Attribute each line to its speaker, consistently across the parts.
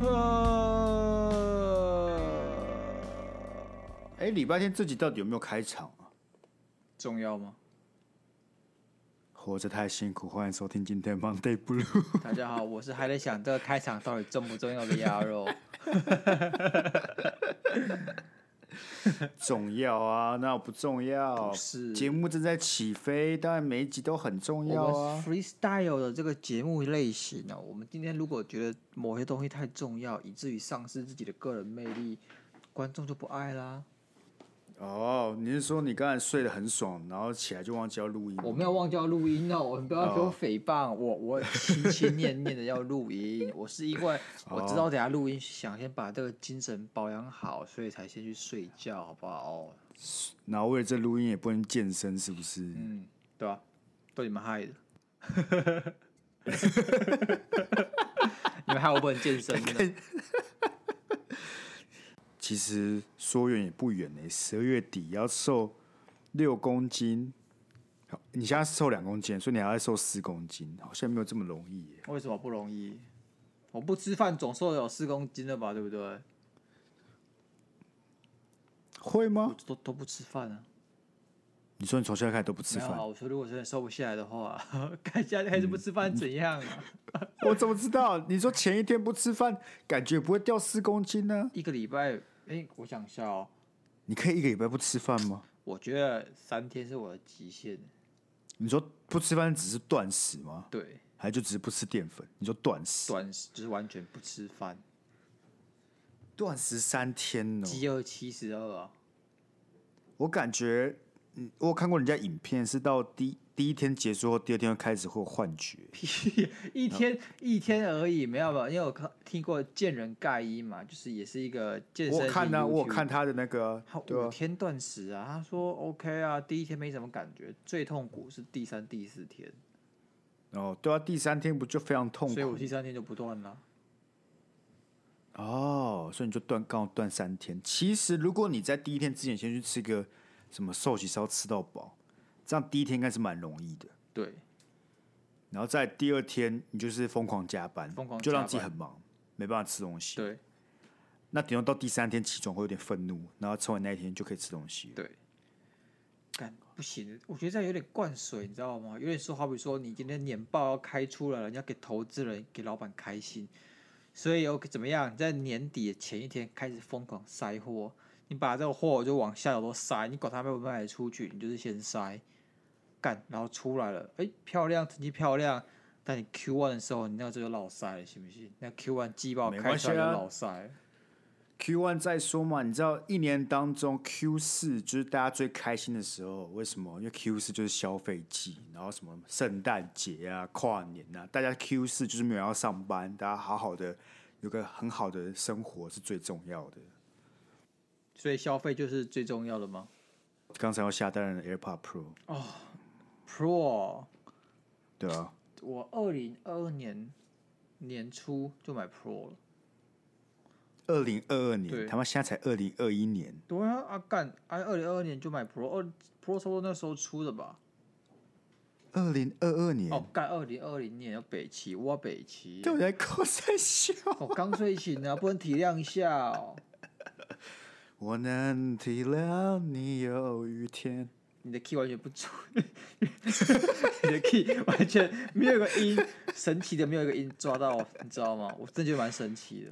Speaker 1: 呃哎，礼拜天自己到底有没有开场啊？
Speaker 2: 重要吗？
Speaker 1: 活着太辛苦，欢迎收听今天 Monday Blue。
Speaker 2: 大家好，我是还在想这个开场到底重不重要的鸭 肉。
Speaker 1: 重要啊，那不重要？
Speaker 2: 不是
Speaker 1: 节目正在起飞，当然每一集都很重要
Speaker 2: 我
Speaker 1: 啊
Speaker 2: 们。freestyle 的这个节目类型呢、我们今天如果觉得某些东西太重要，以至于丧失自己的个人魅力，观众就不爱啦。
Speaker 1: 哦，你是说你刚才睡得很爽，然后起来就忘记要录音？
Speaker 2: 我没有忘记要录音哦，我们不要给我诽谤，我我心心念念的要录音， 我是因为
Speaker 1: 哦
Speaker 2: 我知道等下录音，想先把这个精神保养好，所以才先去睡觉，好不好？哦，
Speaker 1: 然后为了这录音也不能健身，是不是？
Speaker 2: 嗯，对啊，都你们害的， 你们害我不能健身的，
Speaker 1: 其实说远也不远呢、十二月底要瘦六公斤，好，你现在瘦两公斤，所以你还要瘦四公斤，好像没有这么容易、耶。
Speaker 2: 为什么不容易？我不吃饭总瘦有四公斤了吧，对不对？
Speaker 1: 会
Speaker 2: 我
Speaker 1: 吗？
Speaker 2: 都都不吃饭啊，
Speaker 1: 你说你从现在开始都不吃
Speaker 2: 没有
Speaker 1: 饭
Speaker 2: 啊。，我说如果真的瘦不下来的话， 看现在还是不吃饭怎样啊？
Speaker 1: 我怎么知道？你说前一天不吃饭，感觉不会掉四公斤呢、
Speaker 2: 一个礼拜，哎、我想一下哦，
Speaker 1: 你可以一个礼拜不吃饭吗？
Speaker 2: 我觉得三天是我的极限。
Speaker 1: 你说不吃饭只是断食吗？
Speaker 2: 对，
Speaker 1: 还就只是不吃淀粉？你说断食？
Speaker 2: 短时就是完全不吃饭，
Speaker 1: 断食三天哦。
Speaker 2: 饥饿七十二啊，
Speaker 1: 我感觉，嗯，我有看过人家影片是到第第一天结束后，第二天会开始会有幻觉。
Speaker 2: 一天一天而已，没有吧？因为我看听过健人盖伊嘛，就是也是一个健身
Speaker 1: 我
Speaker 2: 的
Speaker 1: 有看呢、
Speaker 2: YouTube
Speaker 1: 我有看他的那个
Speaker 2: 他，
Speaker 1: 对
Speaker 2: 五
Speaker 1: 啊，
Speaker 2: 天断食啊，他说 OK 啊，第一天没什么感觉，最痛苦是第三、第四天，
Speaker 1: 哦，对啊，第三天不就非常痛
Speaker 2: 所以我
Speaker 1: 苦
Speaker 2: 第三天就不断了。
Speaker 1: 哦，所以你就断刚好断三天。其实如果你在第一天之前先去吃个什么寿喜烧吃到饱，这样第一天应该是蛮容易的。
Speaker 2: 对，
Speaker 1: 然后在第二天你就是疯狂加班，
Speaker 2: 疯狂
Speaker 1: 就
Speaker 2: 加
Speaker 1: 让自己
Speaker 2: 班
Speaker 1: 很忙，没办法吃东西。
Speaker 2: 对，
Speaker 1: 那顶多到第三天起床会有点愤怒，然后吃完那一天就可以吃东西了。
Speaker 2: 对，干不行，我觉得这样有点灌水，你知道吗？有点说，好比说你今天年报要开出来了，你要给投资人、给老板开心，所以有怎么样？你在年底的前一天开始疯狂塞货，你把这个货就往下游都塞，你管它卖不卖得出去，你就是先塞，干，然后出来了，哎、漂亮，成绩漂亮。但你 Q one 的时候，你那个就老塞了，信不信？那 Q one 季报
Speaker 1: 没
Speaker 2: 开
Speaker 1: 关
Speaker 2: 出来
Speaker 1: 系
Speaker 2: 就
Speaker 1: 啊
Speaker 2: 老塞了，
Speaker 1: Q one 再说嘛，你知道一年当中 Q 四就是大家最开心的时候，为什么？因为 Q 四就是消费季，然后什么圣诞节啊、跨年啊，大家 Q 四就是没有要上班，大家好好的有个很好的生活是最重要的。
Speaker 2: 所以消费就是最重要的吗
Speaker 1: 刚才要下单的 AirPod Pro，
Speaker 2: ？Pro
Speaker 1: 对啊，
Speaker 2: 我二零二二年年初就买 Pro 了。
Speaker 1: 二零二二
Speaker 2: 对
Speaker 1: 年，他妈现在才二零二一年，
Speaker 2: 对啊，啊干，啊二零二二年就买 Pro，二 Pro 差不多那时候出的吧？
Speaker 1: 二零二二年，
Speaker 2: 哦，干，二零二零年要北齐，我要北齐，
Speaker 1: 对我来靠在笑。
Speaker 2: 我刚睡醒啊，不能体谅一下哦。
Speaker 1: 我能体谅你有雨天。
Speaker 2: 你的 key 完全不准， 你的 key 完全没有一个音，神奇的没有一个音抓到，你知道吗？我真的觉得蛮神奇的。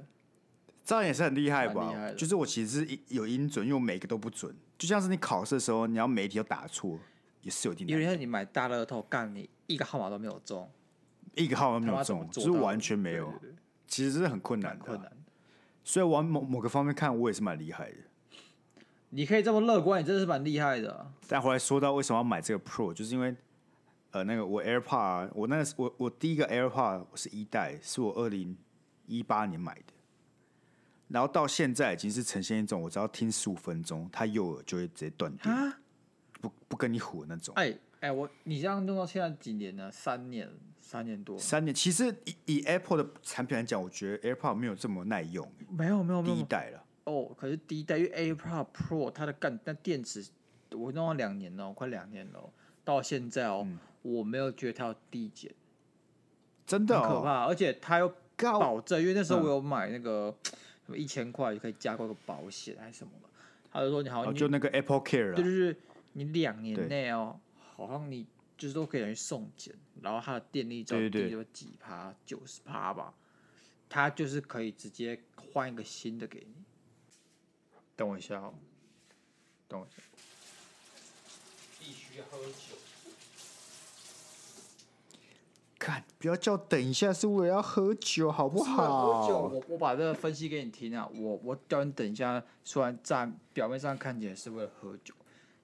Speaker 1: 这样也是很厉害
Speaker 2: 蛮
Speaker 1: 吧
Speaker 2: 厉害的？
Speaker 1: 就是我其实是有音准，因为我每个都不准。就像是你考试的时候，你要每一题都打错，也是有一定
Speaker 2: 有
Speaker 1: 难
Speaker 2: 点像你买大乐透，干你一个号码都没有中，
Speaker 1: 一个号都没
Speaker 2: 他妈
Speaker 1: 有
Speaker 2: 怎么
Speaker 1: 中，就
Speaker 2: 做
Speaker 1: 是
Speaker 2: 到的
Speaker 1: 完全没有，
Speaker 2: 对对对
Speaker 1: 其实是很困难
Speaker 2: 蛮
Speaker 1: 的啊、
Speaker 2: 困难的。
Speaker 1: 所以往某某个方面看，我也是蛮厉害的。
Speaker 2: 你可以这么乐观，你真的是蛮厉害的啊、
Speaker 1: 但回来说到为什么要买这个 Pro，就是因为呃，那个我 AirPod，啊我那个我我第一个 AirPod 是一代，是我二零一八年买的，然后到现在已经是呈现一种我只要听十五分钟，它右耳就会直接断电，
Speaker 2: 啊，
Speaker 1: 不不跟你唬的那种。
Speaker 2: 哎、哎、我你这样弄到现在几年呢？三年，三年多。
Speaker 1: 三年，其实以以 Apple 的产品来讲，我觉得 AirPod 没有这么耐用，
Speaker 2: 没有没有没
Speaker 1: 第一
Speaker 2: 有
Speaker 1: 代了。
Speaker 2: 哦，可是第一代因为 AirPod Pro 它的干那电池我弄了两年了，快两年了，哦到现在哦，我没有觉得它有递减，
Speaker 1: 真的、
Speaker 2: 很
Speaker 1: 哦、
Speaker 2: 可怕，而且它又
Speaker 1: 告
Speaker 2: 保证，因为那时候
Speaker 1: 嗯
Speaker 2: 我有买那个什么一千块就可以加购个保险还是什么的，他就说你好
Speaker 1: 哦
Speaker 2: 像
Speaker 1: 就那个 Apple Care
Speaker 2: 对，就
Speaker 1: 了，
Speaker 2: 是你两
Speaker 1: 对
Speaker 2: 年内哦，好像你就是都可以拿去送检，然后它的电力只要
Speaker 1: 对对
Speaker 2: 低有几趴，九十趴吧，它就是可以直接换一个新的给你。等我一下哦，等我一下。必须喝酒。
Speaker 1: 看不要叫等一下，是为了要喝酒好不
Speaker 2: 啊我
Speaker 1: 好？
Speaker 2: 我我把这个分析给你听啊，我我叫你等一下，虽然站表面上看起来是为了喝酒，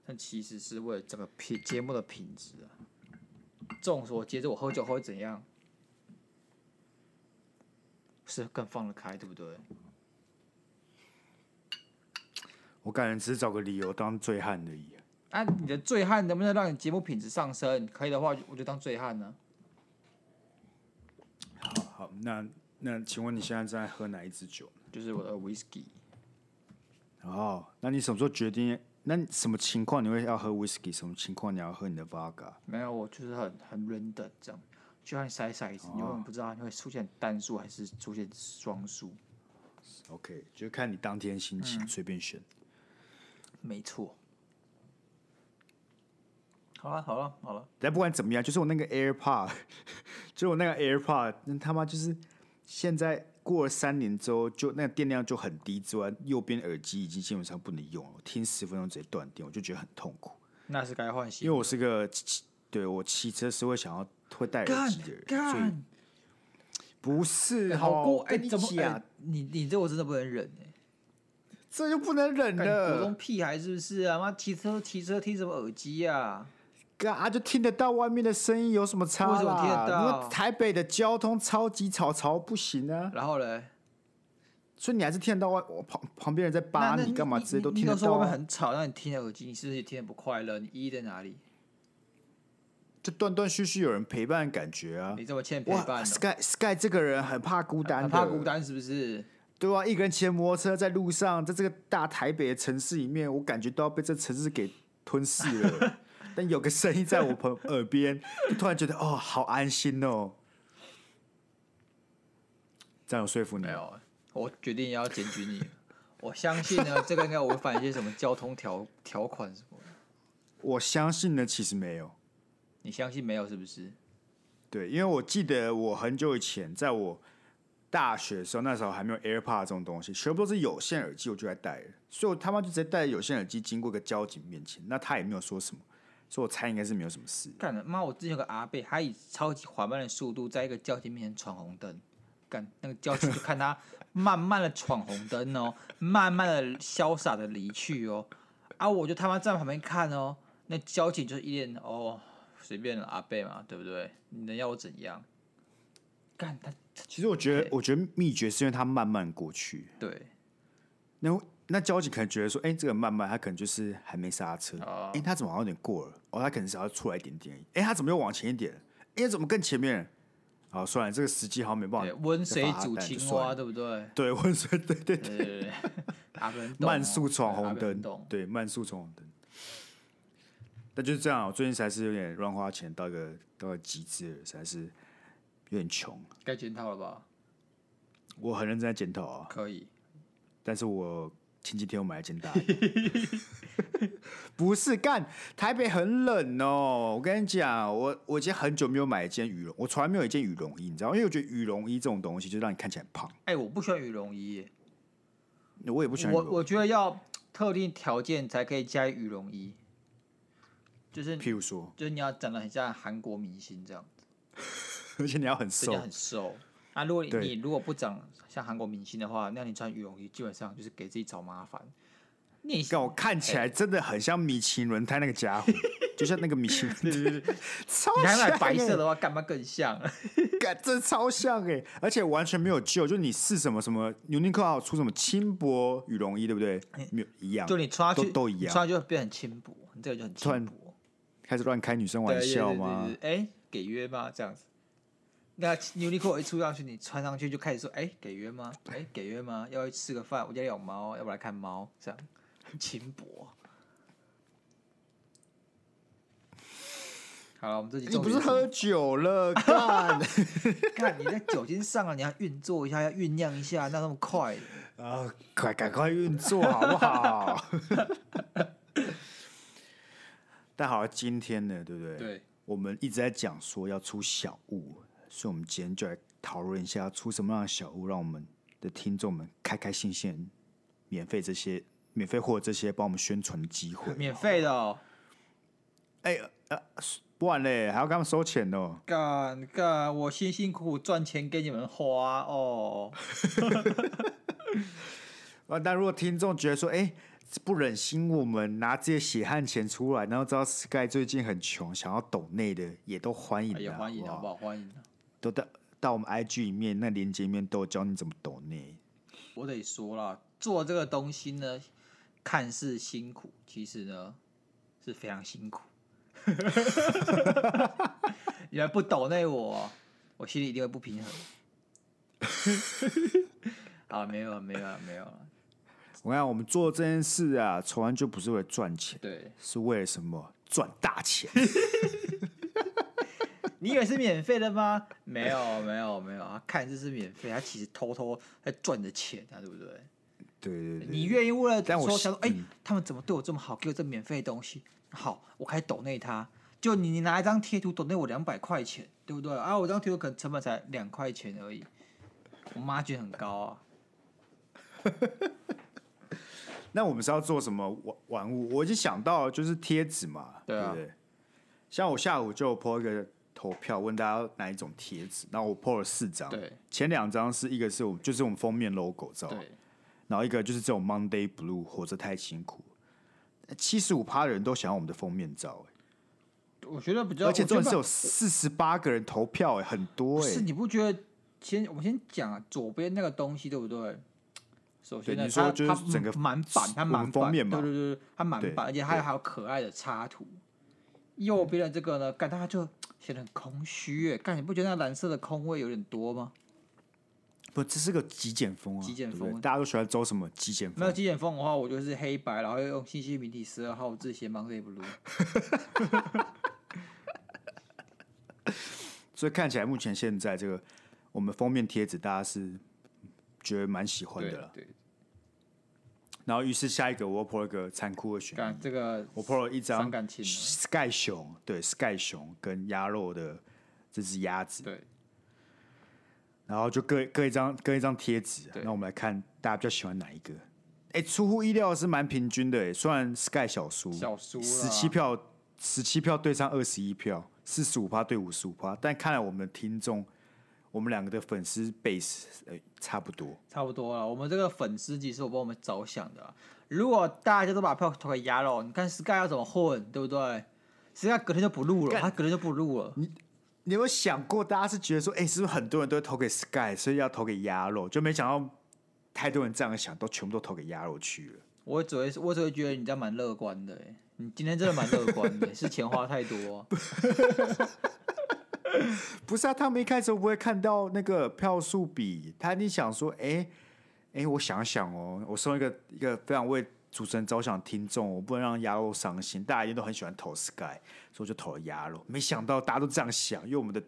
Speaker 2: 但其实是为了整个品节目的品质啊。众所皆知，我喝酒后会怎样？是更放得开，对不对？
Speaker 1: 我感觉只是找个理由当醉汉而已。
Speaker 2: 啊，你的醉汉能不能让你节目品质上升？可以的话，我就当醉汉呢、
Speaker 1: 好好，那那请问你现在正在喝哪一支酒？
Speaker 2: 就是我的 whisky。
Speaker 1: 哦，那你什么时候决定？那你什么情况你会要喝 whisky？什么情况你要喝你的 vodka？
Speaker 2: 没有，我就是很很 random 这样，就像你筛骰子，你永远不知道你会出现单数还是出现双数。
Speaker 1: OK，就看你当天心
Speaker 2: 嗯
Speaker 1: 情，随便选。
Speaker 2: 没错。好了，好了，好了，
Speaker 1: 但不管怎么样，就是我那个 AirPod，就是 我那个 AirPod，那他妈就是现在过了三年之后，就那个电量就很低之外，右边耳机已经基本上不能用了，我听十分钟直接断电，我就觉得很痛苦。
Speaker 2: 那是该换新
Speaker 1: 因为。我是个骑，对我骑车是会想要会戴耳
Speaker 2: 干
Speaker 1: 机的人，所以
Speaker 2: 干，
Speaker 1: 不是
Speaker 2: 哎
Speaker 1: 哦
Speaker 2: 好过
Speaker 1: 我
Speaker 2: 哎，
Speaker 1: 跟你
Speaker 2: 怎么哎
Speaker 1: 讲，
Speaker 2: 你你这我真的不能忍哎！
Speaker 1: 这就不能忍
Speaker 2: 干你国
Speaker 1: 了
Speaker 2: 中。屁孩是不是啊？妈骑车骑车听什么耳机啊？
Speaker 1: 干啊，就听得到外面的声音有什么差啦？
Speaker 2: 为什么听得到
Speaker 1: 如果台北的交通超级吵，吵不行啊，
Speaker 2: 然后嘞，
Speaker 1: 所以你还是听得到外我旁旁边人在
Speaker 2: 那
Speaker 1: 扒
Speaker 2: 那
Speaker 1: 你干嘛之类都
Speaker 2: 你
Speaker 1: 听
Speaker 2: 你
Speaker 1: 得
Speaker 2: 都说
Speaker 1: 到
Speaker 2: 外面
Speaker 1: 啊、
Speaker 2: 很吵，让你听耳机，你是不是也听得不快乐？你意义在哪里？
Speaker 1: 就断断续续有人陪伴的感觉啊。
Speaker 2: 你这么欠陪伴
Speaker 1: 哇
Speaker 2: 哦，
Speaker 1: ，Sky Sky 这个人很怕孤单，
Speaker 2: 很怕孤，单是不是？
Speaker 1: 对啊，一个人骑着摩托车在路上，在这个大台北的城市里面，我感觉都要被这城市给吞噬 了。但有个声音在我朋耳边，就突然觉得哦，好安心哦。这样有说服你
Speaker 2: 没
Speaker 1: 吗
Speaker 2: 有，我决定要检举你了。我相信 呢，这个应该违反一些什么交通条条款什么的。
Speaker 1: 我相信呢，其实没有。
Speaker 2: 你相信没有是不是？
Speaker 1: 对，因为我记得我很久以前，在我大学的时候，那时候还没有 AirPod 这种东西，全部都是有线耳机，我就在戴了，所以我他妈就直接戴着有线耳机经过一个交警面前，那他也没有说什么，所以我猜应该是没有什么事。
Speaker 2: 干了妈！我之前有个阿贝，他以超级缓慢的速度在一个交警面前闯红灯，干那个交警就看 他慢慢的闯红灯哦，慢慢的潇洒的离去哦，啊，我就他妈站旁边看哦，那交警就一脸哦，随便了阿贝嘛，对不对？你能要我怎样？干他
Speaker 1: 其实我觉得
Speaker 2: OK，
Speaker 1: 我觉得秘诀是因为他慢慢过去，
Speaker 2: 对
Speaker 1: 那那交警可能觉得说，哎、这个慢慢，他可能就是还没刹车，哎、
Speaker 2: 哦
Speaker 1: 他怎么好像有点过了？哦，他可能只要出来一点点而已，哎、他怎么又往前一点了？哎、怎么更前面了？好，算了，这个时机好像没办
Speaker 2: 对，
Speaker 1: 法。
Speaker 2: 温水
Speaker 1: 罚他
Speaker 2: 煮
Speaker 1: 蛋就
Speaker 2: 青
Speaker 1: 算
Speaker 2: 蛙，
Speaker 1: 了
Speaker 2: 对不对？
Speaker 1: 对，温水，对对对
Speaker 2: 对对对对，阿贝很懂
Speaker 1: 慢
Speaker 2: 哦
Speaker 1: 速闯
Speaker 2: 对阿
Speaker 1: 红
Speaker 2: 贝很
Speaker 1: 灯
Speaker 2: 懂，
Speaker 1: 对，慢速闯红灯。但就是这样，啊我最近才是有点乱花钱到一个到一个极致了，实在是有点穷。
Speaker 2: 该检讨了吧？
Speaker 1: 我很认真在检讨啊，
Speaker 2: 可以，
Speaker 1: 但是我前几天我买了一件大衣， 不是干台北很冷哦。我跟你讲，我我已经很久没有买一件羽绒，我从来没有一件羽绒衣，你知道吗，因为我觉得羽绒衣这种东西就让你看起来很胖，
Speaker 2: 哎、我不喜欢羽绒衣耶。
Speaker 1: 我也不喜欢羽
Speaker 2: 我
Speaker 1: 绒。
Speaker 2: 我觉得要特定条件才可以加羽绒衣，就是
Speaker 1: 譬如说，
Speaker 2: 就是你要长得很像韩国明星这样，
Speaker 1: 而且你要很
Speaker 2: 真
Speaker 1: 瘦
Speaker 2: 的，很瘦。那、如果你
Speaker 1: 对
Speaker 2: 你如果不长像韩国明星的话，那你穿羽绒衣基本上就是给自己找麻烦。你
Speaker 1: 看我看起来真的很像米其轮胎那个 家伙，就像那个米其轮胎，超
Speaker 2: 你还
Speaker 1: 像、
Speaker 2: 买白色
Speaker 1: 的，
Speaker 2: 的话，干嘛更像？
Speaker 1: 干真的超像哎、而且完全没有救。就你试什么什么牛津克好出什么轻薄羽绒衣，对不对？没有一样，
Speaker 2: 嗯就你穿下去
Speaker 1: 都都一样
Speaker 2: 你穿上去会变得很轻薄，你这个就很
Speaker 1: 突然
Speaker 2: 轻薄。
Speaker 1: 开始乱开女生
Speaker 2: 对
Speaker 1: 玩
Speaker 2: 对
Speaker 1: 笑
Speaker 2: 对
Speaker 1: 吗？
Speaker 2: 对对哎、给约吗？这样子。那 Uniqlo 一出上去，你穿上去就开始说：“哎、给约吗？哎、给约吗？要 去吃个饭，我家里有猫，要不来看猫？”这样，很轻薄。好了，我们这集
Speaker 1: 你
Speaker 2: 重
Speaker 1: 不
Speaker 2: 点
Speaker 1: 是
Speaker 2: 什么
Speaker 1: 喝酒了？干
Speaker 2: 看你在酒精上啊，你要运作一下，要酝酿一下，那那么快。
Speaker 1: 啊，快赶快运作好 不好？但好，今天呢，对不 对？
Speaker 2: 对，
Speaker 1: 我们一直在讲说要出小物，所以我们今天就来讨论一下出什么样的小物，让我们的听众们开开心心，免费这些免费获得这些帮我们宣传的机会。
Speaker 2: 免费的哦，
Speaker 1: 哎、呃，不然嘞，还要跟他们收钱哦。
Speaker 2: 干干，我辛辛苦苦赚钱给你们花 哦。
Speaker 1: 啊，但如果听众觉得说，哎、不忍心我们拿这些血汗钱出来，然后知道 Sky 最近很穷，想要抖内的也都欢迎、啊，
Speaker 2: 哎呀，欢迎好
Speaker 1: 好
Speaker 2: 不好？欢迎啊！
Speaker 1: 都到到我们 IG 里面那连接里面都有教你怎么抖内。
Speaker 2: 我得说了，做这个东西呢，看似辛苦，其实呢是非常辛苦。 你们不抖内我，我心里一定会不平衡。啊，没有了，没有了，没有了。
Speaker 1: 我看我们做这件事啊，从来就不是为了赚钱，
Speaker 2: 对，
Speaker 1: 是为了什么？赚大 钱。
Speaker 2: 你以为是免费的吗？没有，没有，没有啊！看似是免费，他其实偷偷在赚你的钱啊，对不对？
Speaker 1: 对对对，
Speaker 2: 你愿意为了
Speaker 1: 但我
Speaker 2: 说
Speaker 1: 是
Speaker 2: 想说，哎、
Speaker 1: 嗯
Speaker 2: 他们怎么对我这么好，给我这免费的东西？好，我开始抖内他。就你你拿一张贴图抖内我两百块钱，对不对？啊，我这张贴图可能成本才两块钱而已，我妈觉得很高啊。
Speaker 1: 那我们是要做什么玩玩物？我已经想到了就是贴纸嘛，
Speaker 2: 对啊
Speaker 1: 不对？像我下午就有 po 一个投票，问大家哪一种贴纸，然后我 po 了四张，
Speaker 2: 对
Speaker 1: 前两张是一个是我们就是我们封面 logo 照，然后一个就是这种 Monday Blue 活着太辛苦，七十五趴的人都想要我们的封面照、欸
Speaker 2: 我觉得比较，
Speaker 1: 而且这
Speaker 2: 这
Speaker 1: 是有四十八个人投票、欸，很多
Speaker 2: 不
Speaker 1: 哎、
Speaker 2: 是
Speaker 1: 欸，
Speaker 2: 你不觉得？先我们先讲啊左边那个东西，对不对？首先
Speaker 1: 对
Speaker 2: 呢，
Speaker 1: 你说
Speaker 2: 它
Speaker 1: 就是
Speaker 2: 它
Speaker 1: 整个
Speaker 2: 满版，它
Speaker 1: 我们
Speaker 2: 满版，
Speaker 1: 封面嘛
Speaker 2: 对对对，对它满
Speaker 1: 对
Speaker 2: 版，而且还有
Speaker 1: 对
Speaker 2: 还有可爱的插图。右边的这个呢，干它就显得很空虚耶，干你不觉得那蓝色的空位有点多吗？
Speaker 1: 不，这是个极简风啊，
Speaker 2: 极简
Speaker 1: 对不对
Speaker 2: 风
Speaker 1: 大家都喜欢走什么极简
Speaker 2: 没有
Speaker 1: 风，
Speaker 2: 极简风的话，我就是黑白，然后用信息明体十二号字写 Monday Blue。
Speaker 1: 所以看起来目前现在这个我们封面贴纸大家是觉得蛮喜欢的啦。
Speaker 2: 对，
Speaker 1: 然后于是下一个我又 po 了一个残酷的选
Speaker 2: 干
Speaker 1: 择，
Speaker 2: 这个
Speaker 1: 我 po 了一张
Speaker 2: 伤感情啊了
Speaker 1: Sky 熊，对 Sky 熊跟鸭肉的这只鸭子，
Speaker 2: 对，
Speaker 1: 然后就各各一张各一张贴纸啊，
Speaker 2: 对
Speaker 1: 那我们来看大家比较喜欢哪一个？哎，出乎意料的是蛮平均的哎，虽然 Sky 小输，
Speaker 2: 小输啦
Speaker 1: 十七票十七票对上二十一票，四十五趴对五十五趴，但看来我们的听众，我们两个的粉丝 base 呃差不多，
Speaker 2: 差不多了。我们这个粉丝集是我帮我们着想的啊。如果大家都把票投给鸭肉，你看 Sky 要怎么混，对不对？Sky 隔天就不录了，
Speaker 1: 干
Speaker 2: 他隔天就不录了。
Speaker 1: 你有没有想过，大家是觉得说，哎、是不是很多人都会投给 Sky，所以要投给鸭肉？就没想到太多人这样想，都全部都投给鸭肉去了。
Speaker 2: 我只会，我只会觉得你这样蛮乐观的、欸，你今天真的蛮乐观 的、是钱花太多啊、
Speaker 1: 不是啊，他们一开始会不会看到那个票数比，他一定想说，哎、哎、我想想哦，我身为一个一个非常为主持人着想的听众，我不能让鸭肉伤心。大家一定都很喜欢投 Sky，所以我就投了鸭肉。没想到大家都这样想，因为我们的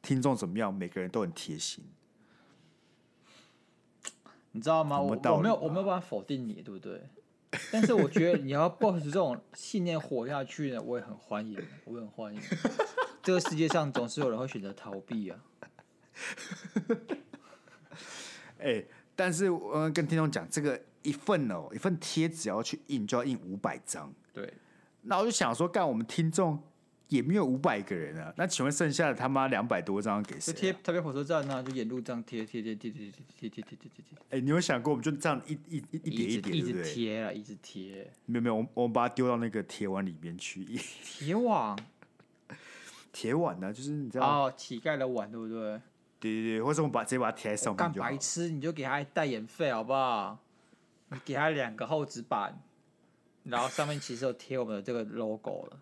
Speaker 1: 听众怎么样，每个人都很贴心。
Speaker 2: 你知道吗？
Speaker 1: 有没
Speaker 2: 我
Speaker 1: 有道
Speaker 2: 我没有
Speaker 1: 理啊
Speaker 2: 我没有办法否定你，对不对？但是我觉得你要抱持这种信念活下去呢，我也很欢迎，我也很欢 迎。这个世界上总是有人会选择逃避啊，
Speaker 1: 哎、但是我呃跟听众讲，这个一份哦，一份贴纸要去印就要印五百张。
Speaker 2: 对，
Speaker 1: 那我就想说，干我们听众也没有五百个人啊，那请问剩下的他妈两百多张要给谁
Speaker 2: 就
Speaker 1: 啊、
Speaker 2: 贴台北火车站呢、就沿路这样贴贴贴贴贴贴贴贴贴贴贴贴，
Speaker 1: 哎、你有想过，我们就这样一一一一叠
Speaker 2: 一直一
Speaker 1: 一叠，对不
Speaker 2: 直
Speaker 1: 对？
Speaker 2: 贴啊，一直贴
Speaker 1: 没有没有，我们我们把它丢到那个铁碗里面去。
Speaker 2: 铁网
Speaker 1: 铁碗呢、就是你知道，
Speaker 2: 哦，乞丐的碗对不对？
Speaker 1: 对对对，或者我们把直接把它贴在上
Speaker 2: 哦干
Speaker 1: 面就好
Speaker 2: 白
Speaker 1: 了。
Speaker 2: 痴，你就给他代言费好不好？你给他两个厚纸板，然后上面其实有贴我们的这个 logo 了，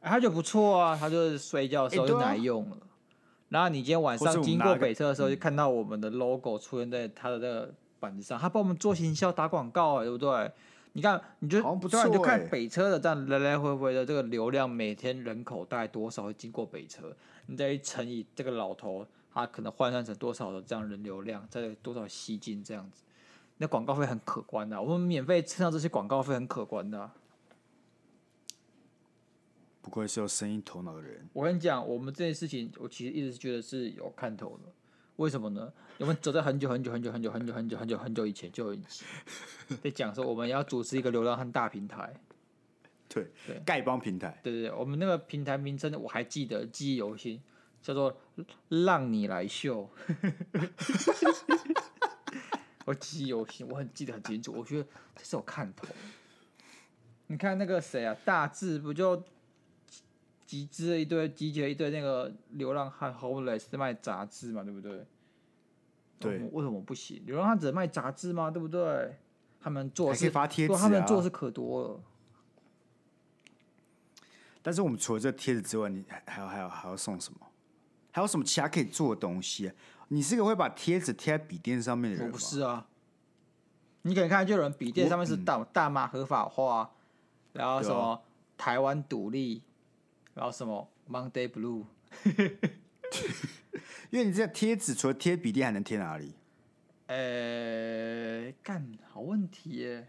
Speaker 2: 哎，他就不错啊，他就是睡觉的时候
Speaker 1: 哎对
Speaker 2: 就
Speaker 1: 啊
Speaker 2: 拿来用了。然后你今天晚
Speaker 1: 或是
Speaker 2: 上
Speaker 1: 我们
Speaker 2: 经
Speaker 1: 拿
Speaker 2: 过
Speaker 1: 个嗯
Speaker 2: 北车的时候，就看到我们的 logo 出现在他的这个板子上，他帮我们做行销打广告、哎，对不对？你看，你就
Speaker 1: 好像不
Speaker 2: 对啊，你就
Speaker 1: 错
Speaker 2: 看
Speaker 1: 欸
Speaker 2: 北车的这样来来回回的这个流量，每天人口大概多少会经过北车？你再乘以这个老头，他可能换算成多少的这样人流量，再多少吸金这样子，那广告费很可观的啊、我们免费吃到这些广告费很可观的啊、
Speaker 1: 不愧是有生意头脑的人。
Speaker 2: 我跟你讲，我们这件事情，我其实一直觉得是有看头的。为什么呢？我们走在很久很久很久很久很久很久很久很久以前就有一集 在讲说，我们要组织一个流浪汉大平台。
Speaker 1: 对
Speaker 2: 对，
Speaker 1: 丐帮平台，
Speaker 2: 对对对，我们那个平台名称我还记得，记忆犹新，叫做“让你来秀”， 我记忆犹新，我很记得很清楚，我觉得这是有看头。你看那个谁啊，大志不就集集资了一堆，集结了一堆那个流浪汉 homeless 卖杂志嘛，对不对？为
Speaker 1: 对
Speaker 2: 什么为什么不行？流浪汉只能卖杂志吗？对不对？他们哦做
Speaker 1: 还可以
Speaker 2: 是，
Speaker 1: 发贴纸
Speaker 2: 对他们
Speaker 1: 啊。
Speaker 2: 做是可多了。
Speaker 1: 但是我们除了这贴纸之外，你还还有还有还要送什么？还有什么其他可以做的东西、啊？你是个会把贴纸贴在笔电上面的人
Speaker 2: 我
Speaker 1: 吗？
Speaker 2: 不是啊，你可能看就有人笔电
Speaker 1: 我嗯
Speaker 2: 上面是大、大麻合法化，然后
Speaker 1: 对
Speaker 2: 什
Speaker 1: 啊
Speaker 2: 么、台湾独立，然后什么 Monday Blue，
Speaker 1: 因为你这贴纸除了贴笔电还能贴哪里？
Speaker 2: 呃，干好问题耶。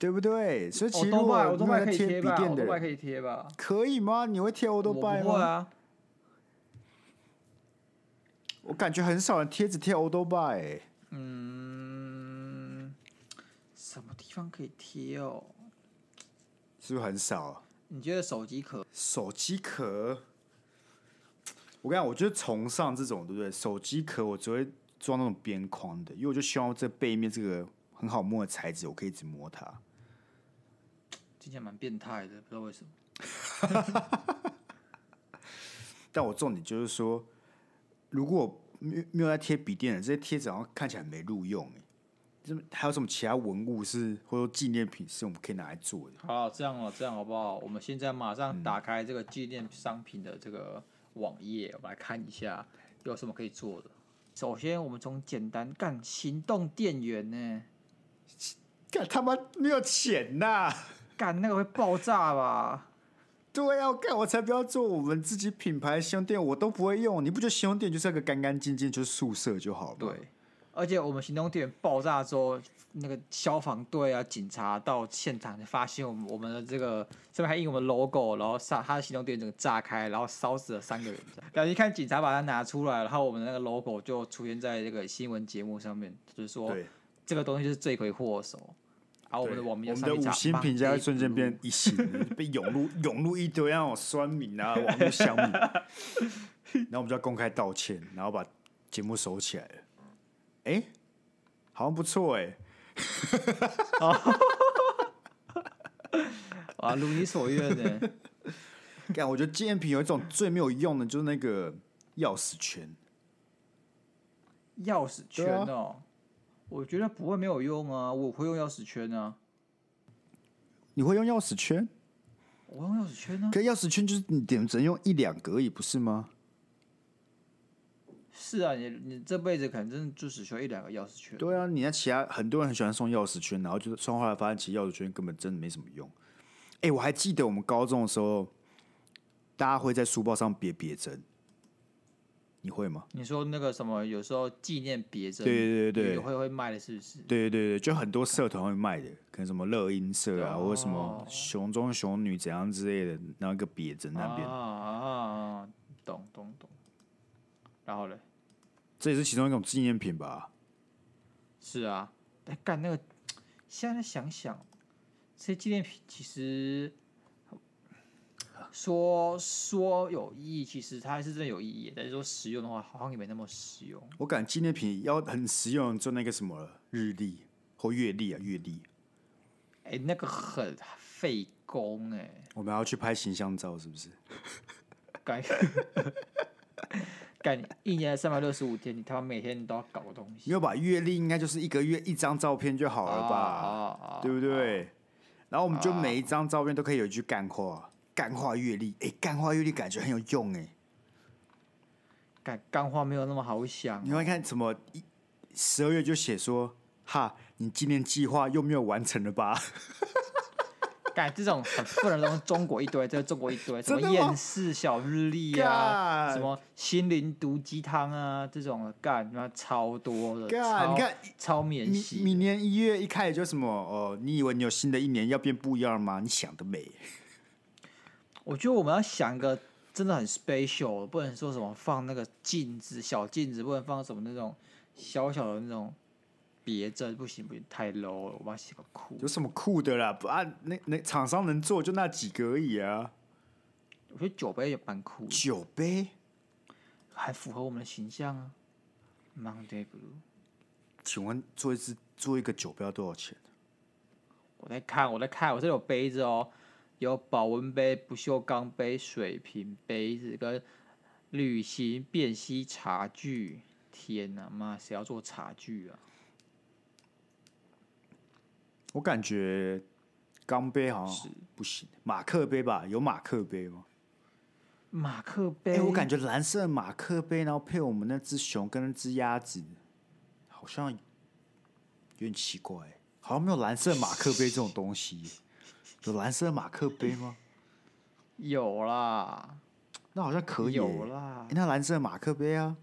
Speaker 1: 对不对？所以其
Speaker 2: 我
Speaker 1: 实如
Speaker 2: 都拜，
Speaker 1: 果
Speaker 2: 我都
Speaker 1: 没
Speaker 2: 拜
Speaker 1: 有在
Speaker 2: 可以
Speaker 1: 贴
Speaker 2: 贴
Speaker 1: 笔
Speaker 2: 吧，
Speaker 1: 电
Speaker 2: 我
Speaker 1: 的
Speaker 2: 都拜可
Speaker 1: 人，
Speaker 2: 以贴吧。
Speaker 1: 可以吗？你会贴欧
Speaker 2: 我
Speaker 1: 多
Speaker 2: 不
Speaker 1: 拜
Speaker 2: 会
Speaker 1: 吗？
Speaker 2: 啊，
Speaker 1: 我感觉很少人贴纸贴欧多拜、欸。
Speaker 2: 嗯，什么地方可以贴哦？
Speaker 1: 是不是很少啊、
Speaker 2: 你觉得手机壳？
Speaker 1: 手机壳，我跟你讲，我就是崇尚这种，对不对？手机壳我只会装那种边框的，因为我就希望这背面这个很好摸的材质，我可以一直摸它。
Speaker 2: 听起来蛮变态的，不知道为什么。
Speaker 1: 但我重点就是说，如果没有没有在贴笔电的，这些贴纸好像看起来没录用、欸，这还有什么其他文物是或者说纪念品是我们可以拿来做的？
Speaker 2: 好，这样哦，这样好不好？我们现在马上打开这个纪念商品的这个网页，我们来看一下有什么可以做的。首先，我们从简单干行动电源呢，
Speaker 1: 干他妈没有钱呐、
Speaker 2: 干那个会爆炸吧？
Speaker 1: 对啊，干我才不要做我们自己品牌的香店，我都不会用。你不觉得香店就是要个干干净净，就是宿舍就好吗？
Speaker 2: 对，，而且我们行动电源爆炸之后，那个消防队啊、警察到现场发现我们我们的这个上面还印我们 logo，然后杀他的行动电源整个炸开，然后烧死了三个人。然后一看警察把它拿出来，然后我们那个 logo 就出现在这个新闻节目上面，就是说。
Speaker 1: 对，
Speaker 2: 这个东西是罪魁祸首。然哦后我们的
Speaker 1: 对
Speaker 2: 网民
Speaker 1: 我
Speaker 2: 就上去
Speaker 1: 们的五
Speaker 2: 查
Speaker 1: 星评价会瞬间
Speaker 2: Monday
Speaker 1: 变 一星，
Speaker 2: 嗯
Speaker 1: 被涌入涌入一堆那种酸民啊、网络乡民，然后我们就要公开道歉，然后把节目收起来了。哎、好像不错哎、
Speaker 2: Blue 啊，如你所愿 呢。
Speaker 1: 干，我觉得纪念品有一种最没有用的，就是那个钥匙圈。
Speaker 2: 钥匙圈
Speaker 1: 对啊
Speaker 2: 哦，我觉得不会没有用啊，我会用钥匙圈啊，
Speaker 1: 你会用钥匙圈？
Speaker 2: 我用钥匙圈啊。
Speaker 1: 可钥匙圈就是你点只能用一两个而已，不是吗？
Speaker 2: 是啊，你你这辈子可能真的就只需要一两个钥匙圈。
Speaker 1: 对啊，你看其他很多人很喜欢送钥匙圈，然后就是送后来发现其实钥匙圈根本真的没什么用。哎、我还记得我们高中的时候，大家会在书包上别别针，你会吗？
Speaker 2: 你说那个什么，有时候纪念别针，
Speaker 1: 对对对
Speaker 2: 有会会卖的，是不是？
Speaker 1: 对对对对，就很多社团会卖的，可能什么乐音社啊，
Speaker 2: 哦
Speaker 1: 或者什么熊中熊女怎样之类的，然后一个别针那边，
Speaker 2: 啊啊，懂懂懂。然后嘞，
Speaker 1: 这也是其中一种纪念品吧？
Speaker 2: 是啊，哎，干那个，现在想想，这些纪念品其实说说有意义，其实它还是真的有意义，但是说实用的话，好像也没那么实用。
Speaker 1: 我感觉纪念品要很实用，就那个什么了日历或月历啊，月历。
Speaker 2: 哎，那个很费工哎、
Speaker 1: 我们还要去拍形象照，是不是？
Speaker 2: 干干一年三百六十五天，你他妈每天你都要搞东西，
Speaker 1: 没有吧？月历应该就是一个月一张照片就好
Speaker 2: 好
Speaker 1: 了吧，
Speaker 2: 啊
Speaker 1: 对不？对？然后我们就每一张照片都可以有一句干话，干话月历，哎，干话月历感觉很有用哎。
Speaker 2: 干干话没有那么好想
Speaker 1: 你，会看什么一十二月就写说，哈，你今年计划又没有完成 了吧？
Speaker 2: 干这种很不能中中国一堆，这个中国一堆，什么
Speaker 1: 真的吗
Speaker 2: 厌世小日历啊，
Speaker 1: 干
Speaker 2: 什么心灵毒鸡汤啊，这种的干那超多的，
Speaker 1: 干
Speaker 2: 超
Speaker 1: 啊你看
Speaker 2: 超免
Speaker 1: 明
Speaker 2: 洗
Speaker 1: 明
Speaker 2: 的，
Speaker 1: 年一月一开始就什么哦？你以为你有新的一年要变不一样吗？你想得美！
Speaker 2: 我觉得我们要想一个真的很 special，的不能说什么放那个镜子小镜子，不能放什么那种小小的那种别针，不行不行，太 low 了，我们要写个酷
Speaker 1: 有。什么酷的啦？不啊，那那厂商能做就那几个而已啊。
Speaker 2: 我觉得酒杯也蛮酷的，
Speaker 1: 酒杯，
Speaker 2: 还符合我们的形象啊。Monday Blue，
Speaker 1: 请问做一支做一个酒杯要多少钱？
Speaker 2: 我在看，我在看，我这里有杯子哦，有保温杯、不锈钢杯、水瓶杯子跟旅行便携茶具。天哪，妈，谁要做茶具啊？
Speaker 1: 我感觉钢杯好像不行，马克杯吧？有马克杯吗？
Speaker 2: 马克
Speaker 1: 哎、
Speaker 2: 杯，
Speaker 1: 我感觉蓝色的马克杯，然后配我们那只熊跟那只鸭子，好像有点奇怪、欸好像没有蓝色马克杯这种东西、有蓝色马克杯吗？
Speaker 2: 有啦，
Speaker 1: 那好像可以、
Speaker 2: 有啦
Speaker 1: 欸。那蓝色马克杯啊，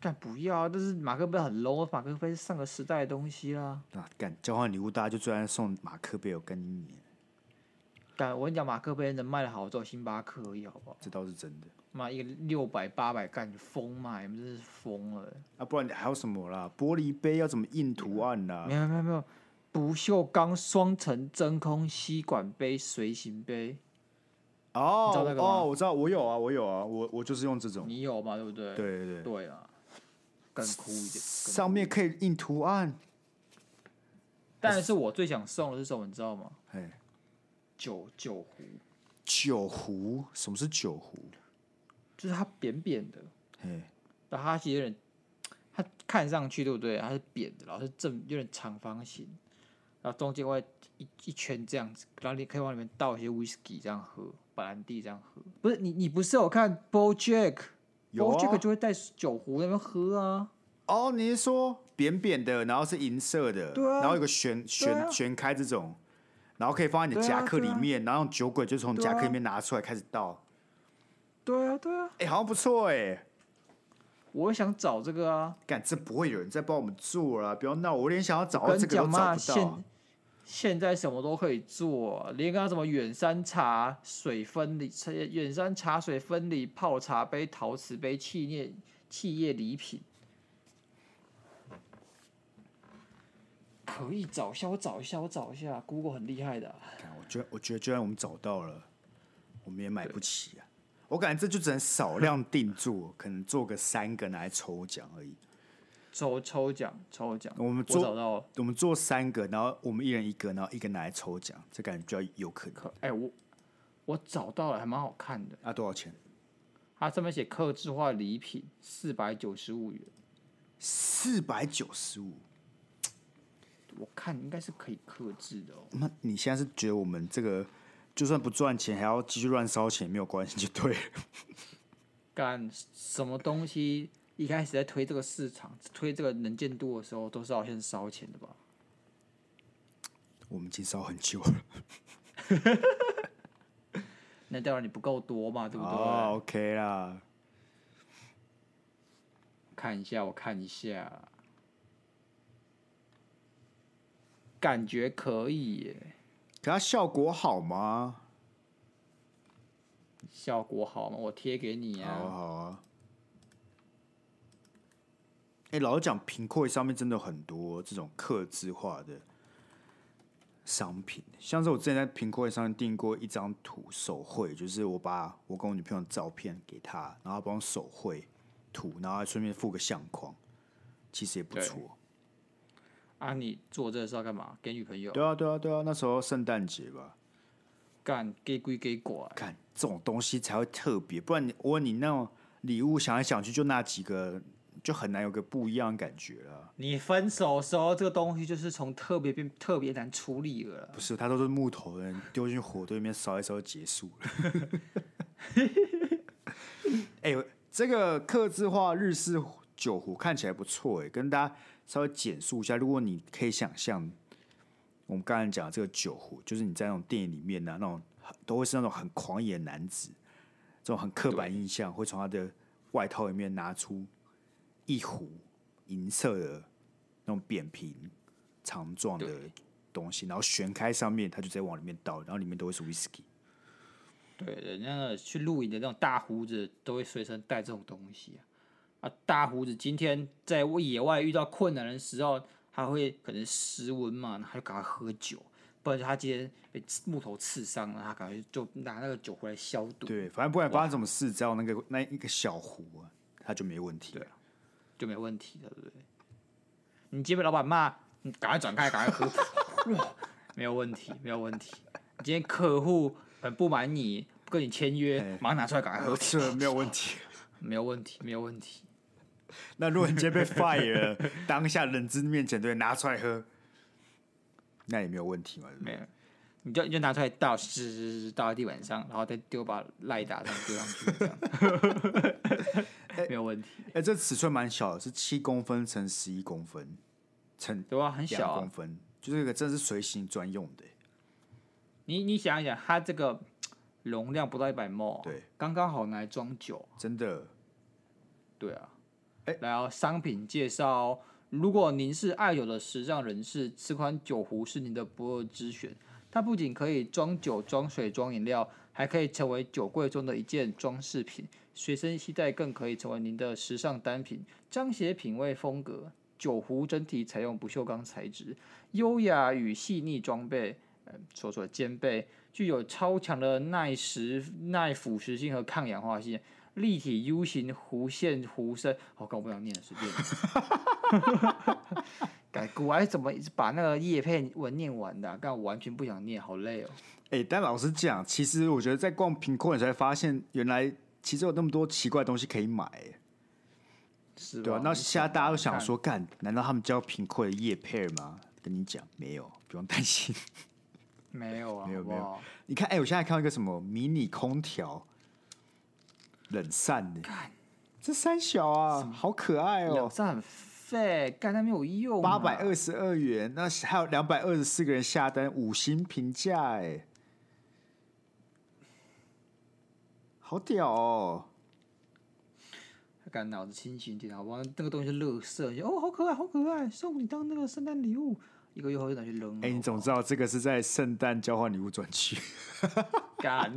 Speaker 2: 但不要啊，但是马克杯很 low，马克杯是上个时代的东西啦。
Speaker 1: 啊，干交换礼物，大家就最爱送马克杯。我跟你念，
Speaker 2: 但我跟你讲，马克杯能卖的好，只有星巴克而已，好不好？
Speaker 1: 这倒是真的。
Speaker 2: 妈，一个六百八百干疯卖，你们真是疯了欸！
Speaker 1: 啊，不然还有什么啦？玻璃杯要怎么印图案啊啦、
Speaker 2: 没有没有没有，不锈钢双层真空吸管杯、随行杯，
Speaker 1: 哦
Speaker 2: 你知道那个吗
Speaker 1: 哦，我知道，我有啊，我有啊，我我就是用这种。
Speaker 2: 你有吗？对不对？
Speaker 1: 对对对，
Speaker 2: 对啊，更酷一点。更
Speaker 1: 上面可以印图案。
Speaker 2: 但是我最想送的是什么？你知道吗？
Speaker 1: 哎，
Speaker 2: 酒酒壶，
Speaker 1: 酒壶，什么是酒壶？
Speaker 2: 就是它扁扁的，
Speaker 1: 哎，
Speaker 2: 然后它其实有点，它看上去对不对？它是扁的，然后是正，有点长方形，然后中间会一一圈这样子，然后你可以往里面倒一些 whisky 这样喝，白兰地这样喝。不是你你不是有看 BoJack？
Speaker 1: 有啊
Speaker 2: BoJack 就会带酒壶在那边喝啊。
Speaker 1: 哦，你是说扁扁的，然后是银色的，
Speaker 2: 对啊
Speaker 1: 然后有个旋
Speaker 2: 对啊
Speaker 1: 旋旋开这种，然后可以放在你的
Speaker 2: 对啊
Speaker 1: 夹克
Speaker 2: 对
Speaker 1: 里
Speaker 2: 啊
Speaker 1: 面，然后用酒鬼就从
Speaker 2: 对
Speaker 1: 夹克里
Speaker 2: 啊
Speaker 1: 面拿出来开始倒。
Speaker 2: 对啊，对啊，
Speaker 1: 哎，好像不错哎。
Speaker 2: 我也想找这个啊。
Speaker 1: 干，这不会有人再帮我们做了啊，不要闹！我连想要找到
Speaker 2: 跟
Speaker 1: 这
Speaker 2: 你
Speaker 1: 个都
Speaker 2: 讲
Speaker 1: 找
Speaker 2: 嘛，
Speaker 1: 不到啊
Speaker 2: 现。现在什么都可以做，连刚刚什么远山茶水分离、茶远山茶水分离泡茶杯、陶瓷杯、气液气液礼品，可以找一下，我找一下，我找一下，Google 很厉害的啊、
Speaker 1: 干我觉得，我觉得，就算我们找到了，我们也买不起啊。我感觉这就只能少量定做，可能做个三个拿来抽奖而已。
Speaker 2: 抽抽奖，抽奖，
Speaker 1: 我们做
Speaker 2: 找到了，
Speaker 1: 我们做三个，然后我们一人一个，然后一个拿来抽奖，这感觉比较有可能。
Speaker 2: 可哎、我我找到了，还蛮好看的，
Speaker 1: 啊，多少钱？
Speaker 2: 它上面写客制化礼品，四百九十五元。
Speaker 1: 四百九十五。
Speaker 2: 我看应该是可以克制的哦。
Speaker 1: 那你现在是觉得我们这个就算不赚钱，还要继续乱烧钱没有关系就对了。
Speaker 2: 干什么东西一开始在推这个市场、推这个能见度的时候，都是要先烧钱的吧？
Speaker 1: 我们已经烧很久了。
Speaker 2: 那当然你不够多嘛，对不对？
Speaker 1: 哦，OK 啦。
Speaker 2: 看一下，我看一下，感觉可以耶，
Speaker 1: 可它效果好吗？
Speaker 2: 效果好吗？我贴给你
Speaker 1: 好啊
Speaker 2: 啊。
Speaker 1: 好啊。哎、老实讲，平柜上面真的有很多这种刻字化的商品，像是我之前在平柜上面订过一张图手绘，就是我把我跟我女朋友的照片给她，然后她帮我手绘图，然后还顺便附个相框，其实也不
Speaker 2: 对
Speaker 1: 错。
Speaker 2: 啊，你做这是要干嘛？给女朋友？
Speaker 1: 对啊对啊对啊，那时候圣诞节吧，
Speaker 2: 干给归给果，
Speaker 1: 看这种东西才会特别，不然你我问你那种礼物想来想去就那几个，就很难有个不一样的感觉了。
Speaker 2: 你分手的时候，这个东西就是从特别变特别难处理了啦。
Speaker 1: 不是，它都是木头的，丢进火堆里面烧一烧就结束了。 哎、这个刻字化日式酒壶看起来不错哎、跟大家稍微简述一下，如果你可以想象，我们刚才讲的这个酒壶，就是你在那种电影里面呢、啊，那种很都会是那种很狂野的男子，这种很刻板印象，会从他的外套里面拿出一壶银色的那种扁平长状的
Speaker 2: 对
Speaker 1: 东西，然后旋开上面，他就直接往里面倒，然后里面都会是 whisky。
Speaker 2: 对，人家那去露营的那种大胡子都会随身带这种东西啊。啊，大胡子今天在野外遇到困难的时候，他会可能失温嘛，他就赶快喝酒，不然就他今天被刺木头刺伤了，他赶快就拿那个酒回来消毒，
Speaker 1: 对，反正不管发生什么事，只要那个那一个小壶啊，他就没问题 了。
Speaker 2: 就没问题了，对不对？你今天被老板骂，你赶快转开，赶快喝，哇没有问题，没有问题。你今天客户很不满你，不跟你签约，马上拿出来赶快喝，
Speaker 1: 是啊没有问题。
Speaker 2: 没有问题，没有问题。
Speaker 1: 那如果你今天被 fire 了，当下人质面前对拿出来喝，那也没有问题嘛？对不对
Speaker 2: 没有，你就你就拿出来倒，湿倒在地板上，然后再丢把赖打上丢上去， 这样没有问题，
Speaker 1: 哎、这尺寸蛮小的，是七公分乘十一公分乘
Speaker 2: 对吧？很小
Speaker 1: 两公
Speaker 2: 啊。
Speaker 1: 分，就这个真的是随行专用的、
Speaker 2: 你你想一想，它这个容量不到一百 ml，
Speaker 1: 对，
Speaker 2: 刚刚好拿来装酒，
Speaker 1: 真的。
Speaker 2: 对啊。
Speaker 1: 哎
Speaker 2: 然后商品介绍哦、如果您是爱酒的时尚人士，此款酒壶是您的不二之选。它不仅可以装酒、装水、装饮料，还可以成为酒柜中的一件装饰品。随身携带更可以成为您的时尚单品，彰显品味风格。酒壶整体采用不锈钢材质，优雅与细腻装备，呃，所所兼备，具有超强的耐蚀、耐腐蚀性和抗氧化性。立体 U 型弧线弧身，我、哦、搞不想念了，随便。 改古埃怎么一直把那个叶片文念完的、啊？但我完全不想念，好累哦。
Speaker 1: 哎、但老实讲，其实我觉得在逛品控，你才发现原来其实有那么多奇怪的东西可以买、哎
Speaker 2: 是
Speaker 1: 对
Speaker 2: 吧
Speaker 1: 啊，？那
Speaker 2: 你
Speaker 1: 现在大家都想
Speaker 2: 看
Speaker 1: 说，干，难道他们叫贫困的叶配吗？跟你讲，没有，不用担心。
Speaker 2: 没有啊？
Speaker 1: 没有
Speaker 2: 好不好
Speaker 1: 你看，哎、我现在看到一个什么迷你空调冷扇呢、这三小啊，好可爱
Speaker 2: 有，
Speaker 1: 哦、
Speaker 2: 哎这很废，干它没有用、啊
Speaker 1: 八百，二十二元，那还有两百二十四个人下单，五星评价，哎，好屌哦、
Speaker 2: 干脑子清醒一点好不好？那个东西是乐色，你就哦好可爱，好可爱，送你当那个圣诞礼物，一个月后就拿去扔了。哦
Speaker 1: 哎、你怎么知道这个是在圣诞交换礼物专区？
Speaker 2: 干？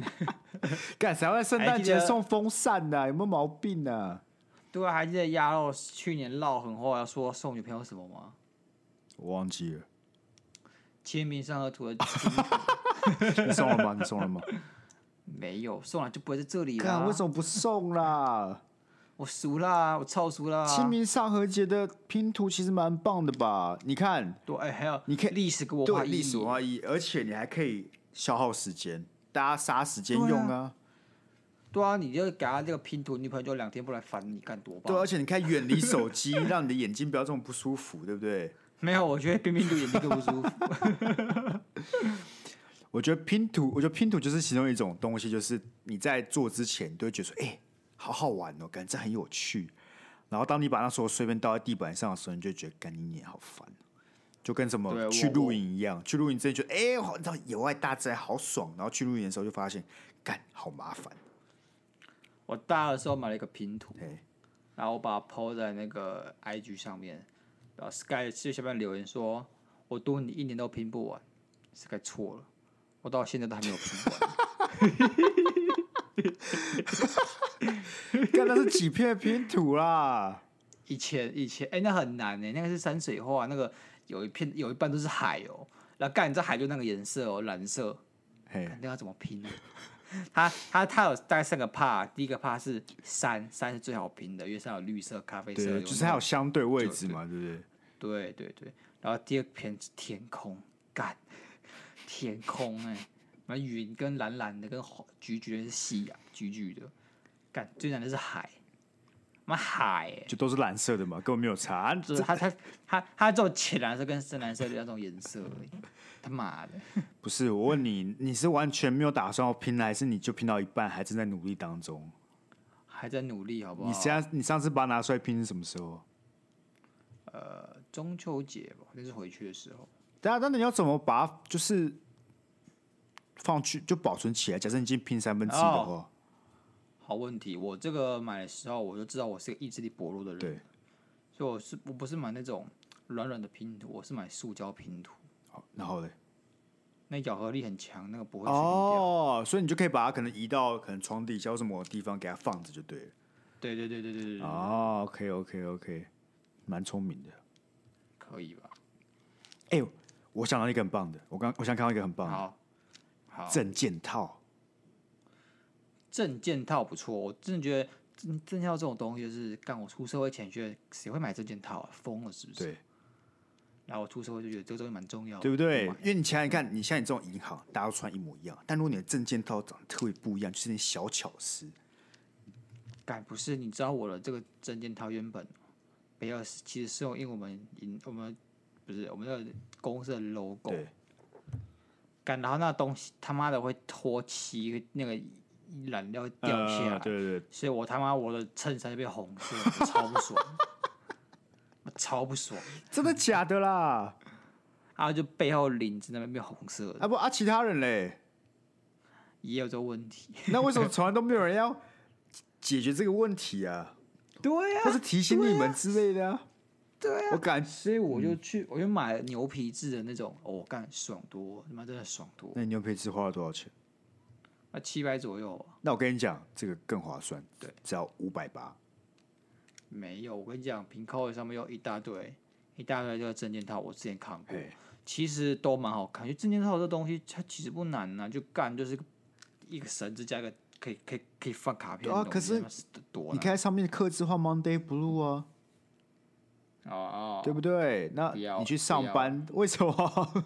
Speaker 1: 干，谁要在圣
Speaker 2: 还
Speaker 1: 诞
Speaker 2: 哎记
Speaker 1: 节
Speaker 2: 得
Speaker 1: 送风扇呢、有没有毛病呢、啊？
Speaker 2: 对啊，还记得鸭肉去年唠狠话要说送女朋友什么吗？
Speaker 1: 我忘记了，
Speaker 2: 清明上河图的
Speaker 1: 你送了吗？你送了 吗？
Speaker 2: 没有，送来就不会在这里啦。
Speaker 1: 看为什么不送啦？
Speaker 2: 我熟啦，我超熟啦。
Speaker 1: 清明上河节的拼图其实蛮棒的吧？你看，
Speaker 2: 对，哎、还有
Speaker 1: 你可以
Speaker 2: 历史跟文化
Speaker 1: 对
Speaker 2: 意义
Speaker 1: 历史文化意义，而且你还可以消耗时间，大家杀时间用
Speaker 2: 对
Speaker 1: 啊。
Speaker 2: 对啊，你就给他这个拼图，女朋友就两天不来烦你，干多棒。
Speaker 1: 对，而啊且你看远离手机， 让你的眼睛不要这么不舒服，对不对？
Speaker 2: 没有，我觉得冰冰读眼睛更不 舒服。
Speaker 1: 我觉得拼图，我觉得拼图就是其中一种东西，就是你在做之前，你都会觉得说，哎、好好玩哦，感觉这很有趣。然后当你把那所有碎片倒在地板上的时候，你就觉得干你也好烦，哦就跟什么
Speaker 2: 对
Speaker 1: 去
Speaker 2: 我
Speaker 1: 露
Speaker 2: 我
Speaker 1: 营一样，去露营之前觉得，哎、好，你知道野外大自然好爽，然后去露营的时候就发现，干好麻烦，
Speaker 2: 我大二的时候买了一个拼图，
Speaker 1: 哎，
Speaker 2: 然后我把它 PO 在那个 IG 上面，然后 Sky 就下面留言说：“我读你一年都拼不完。”Sky 错了，我到现在都还没有拼完。
Speaker 1: 干那是几片拼图啊啦，
Speaker 2: 一千一千，哎、那很难呢、那个是山水画，那个有一片有一半都是海哦、然后干，你知道海就那个颜色哦、蓝色，
Speaker 1: 嘿，
Speaker 2: 看那要怎么拼呢、它它它有大概三个 part，第一个 part 是山，山是最好拼的，因为山有绿色、咖啡色，
Speaker 1: 对，
Speaker 2: 有
Speaker 1: 就是还有
Speaker 2: 那种
Speaker 1: 相对位
Speaker 2: 就
Speaker 1: 置嘛，对不对？
Speaker 2: 对对对，然后第二篇是天空，干天空哎、那云跟蓝蓝的，跟红橘橘的是夕阳，橘橘的，干最难的是海，妈海、欸，
Speaker 1: 就都是蓝色的嘛，根本没有差。啊
Speaker 2: 就是它它它它只有浅蓝色跟深蓝色的那种颜色而已，他妈的，
Speaker 1: 不是，我问你，你是完全没有打算要拼了，还是你就拼到一半，还正在努力当中？
Speaker 2: 还在努力好不好？
Speaker 1: 你现在你上次把它拿出来拼是什么时候？
Speaker 2: 呃中秋节吧，那是回去的时候。
Speaker 1: 大家，啊那你要怎么把它就是放去就保存起来？假设你已经拼三分之一的话，
Speaker 2: 哦好问题，我这个买的时候我就知道我是个意志力薄弱的人，
Speaker 1: 对，
Speaker 2: 所以我是我不是买那种软软的拼图，我是买塑胶拼图，
Speaker 1: 好，然后嘞，
Speaker 2: 那咬合力很强，那个不会碎掉。
Speaker 1: 哦，所以你就可以把它可能移到可能床底下或什么地方给它放着就对了。
Speaker 2: 对对对对对对对，
Speaker 1: 哦，OK OK OK，蛮聪明的。
Speaker 2: 可以吧？
Speaker 1: 哎、呦，我想到一个很棒的，我刚我想看到一个很棒的
Speaker 2: 好，好，
Speaker 1: 证件套，
Speaker 2: 证件套不错，我真的觉得证证件套这种东西就是，干我出社会前觉得谁会买证件套啊？疯了是不是？
Speaker 1: 对
Speaker 2: 然后我出社会就觉得这个东西蛮重要的，
Speaker 1: 对不对
Speaker 2: 我买？
Speaker 1: 因为你想想看，你像你这种银行，大家都穿一模一样，但如果你的证件套长得特别不一样，就是点小巧思，
Speaker 2: 干不是？你知道我的这个证件套原本北二十其实是用，因为我们银我们不是我们的公司的 logo，
Speaker 1: 对，
Speaker 2: 干然后那东西他妈的会脱漆，那个染料会掉下来，
Speaker 1: 呃对对对，
Speaker 2: 所以我他妈我的衬衫就变红色，我超不爽， 我超不爽。
Speaker 1: 真的假的 啦？
Speaker 2: 然后就背后领子那边变红色的，
Speaker 1: 啊不啊，其他人嘞，
Speaker 2: 也有这个问题。
Speaker 1: 那为什么从来都没有人要解决这个问题啊？
Speaker 2: 对呀、
Speaker 1: 或是提醒你们之类的、啊？嗯
Speaker 2: 对啊
Speaker 1: 我感，
Speaker 2: 所以我就去，我就买了牛皮质的那种，我、哦、干爽多，他妈真的爽多，
Speaker 1: 那你牛皮纸花了多少钱？
Speaker 2: 那七百左右吧。
Speaker 1: 那我跟你讲，这个更划算，
Speaker 2: 对，
Speaker 1: 只要五百八。
Speaker 2: 没有，我跟你讲，平扣上面有一大堆，一大堆这个证件套，我之前看过，
Speaker 1: 嘿，
Speaker 2: 其实都蛮好看。就证件套这东西，它其实不难啊呐、就干就是一个绳子加一个可以可以可以放卡片
Speaker 1: 对啊
Speaker 2: 的东西。
Speaker 1: 可是
Speaker 2: 那是多
Speaker 1: 你
Speaker 2: 难
Speaker 1: 看上面的刻字化 Monday Blue 啊。
Speaker 2: 哦哦，
Speaker 1: 对不对？那
Speaker 2: 不要
Speaker 1: 你去
Speaker 2: 不
Speaker 1: 上
Speaker 2: 要
Speaker 1: 班，为什么？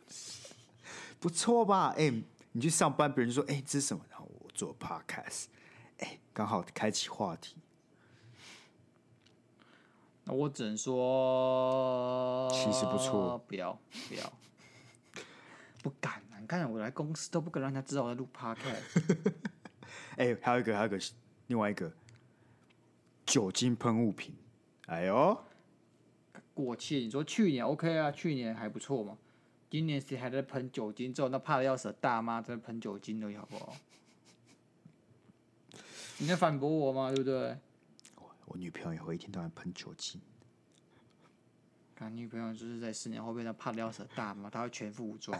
Speaker 1: 不错吧？哎、你去上班，别人就说：“哎、这是什么？”然后我做 podcast，哎、刚好开启话题，
Speaker 2: 那我只能说，
Speaker 1: 其实不错。
Speaker 2: 不要，不要，不敢啊！你看我来公司都不敢让人家知道我在录 podcast，
Speaker 1: 哎、还有一个，还有一个，另外一个酒精喷雾瓶，哎呦，
Speaker 2: 过气。你说去年 OK 啊，去年还不错嘛。今年谁还在喷酒精？之后那怕的要死的大妈在喷酒精而已，好不好？你在反驳我吗？对不对？
Speaker 1: 我女朋友也会一天到晚喷酒精，
Speaker 2: 看女朋友就是在十年后变成怕的要死的大妈，她会全副武装，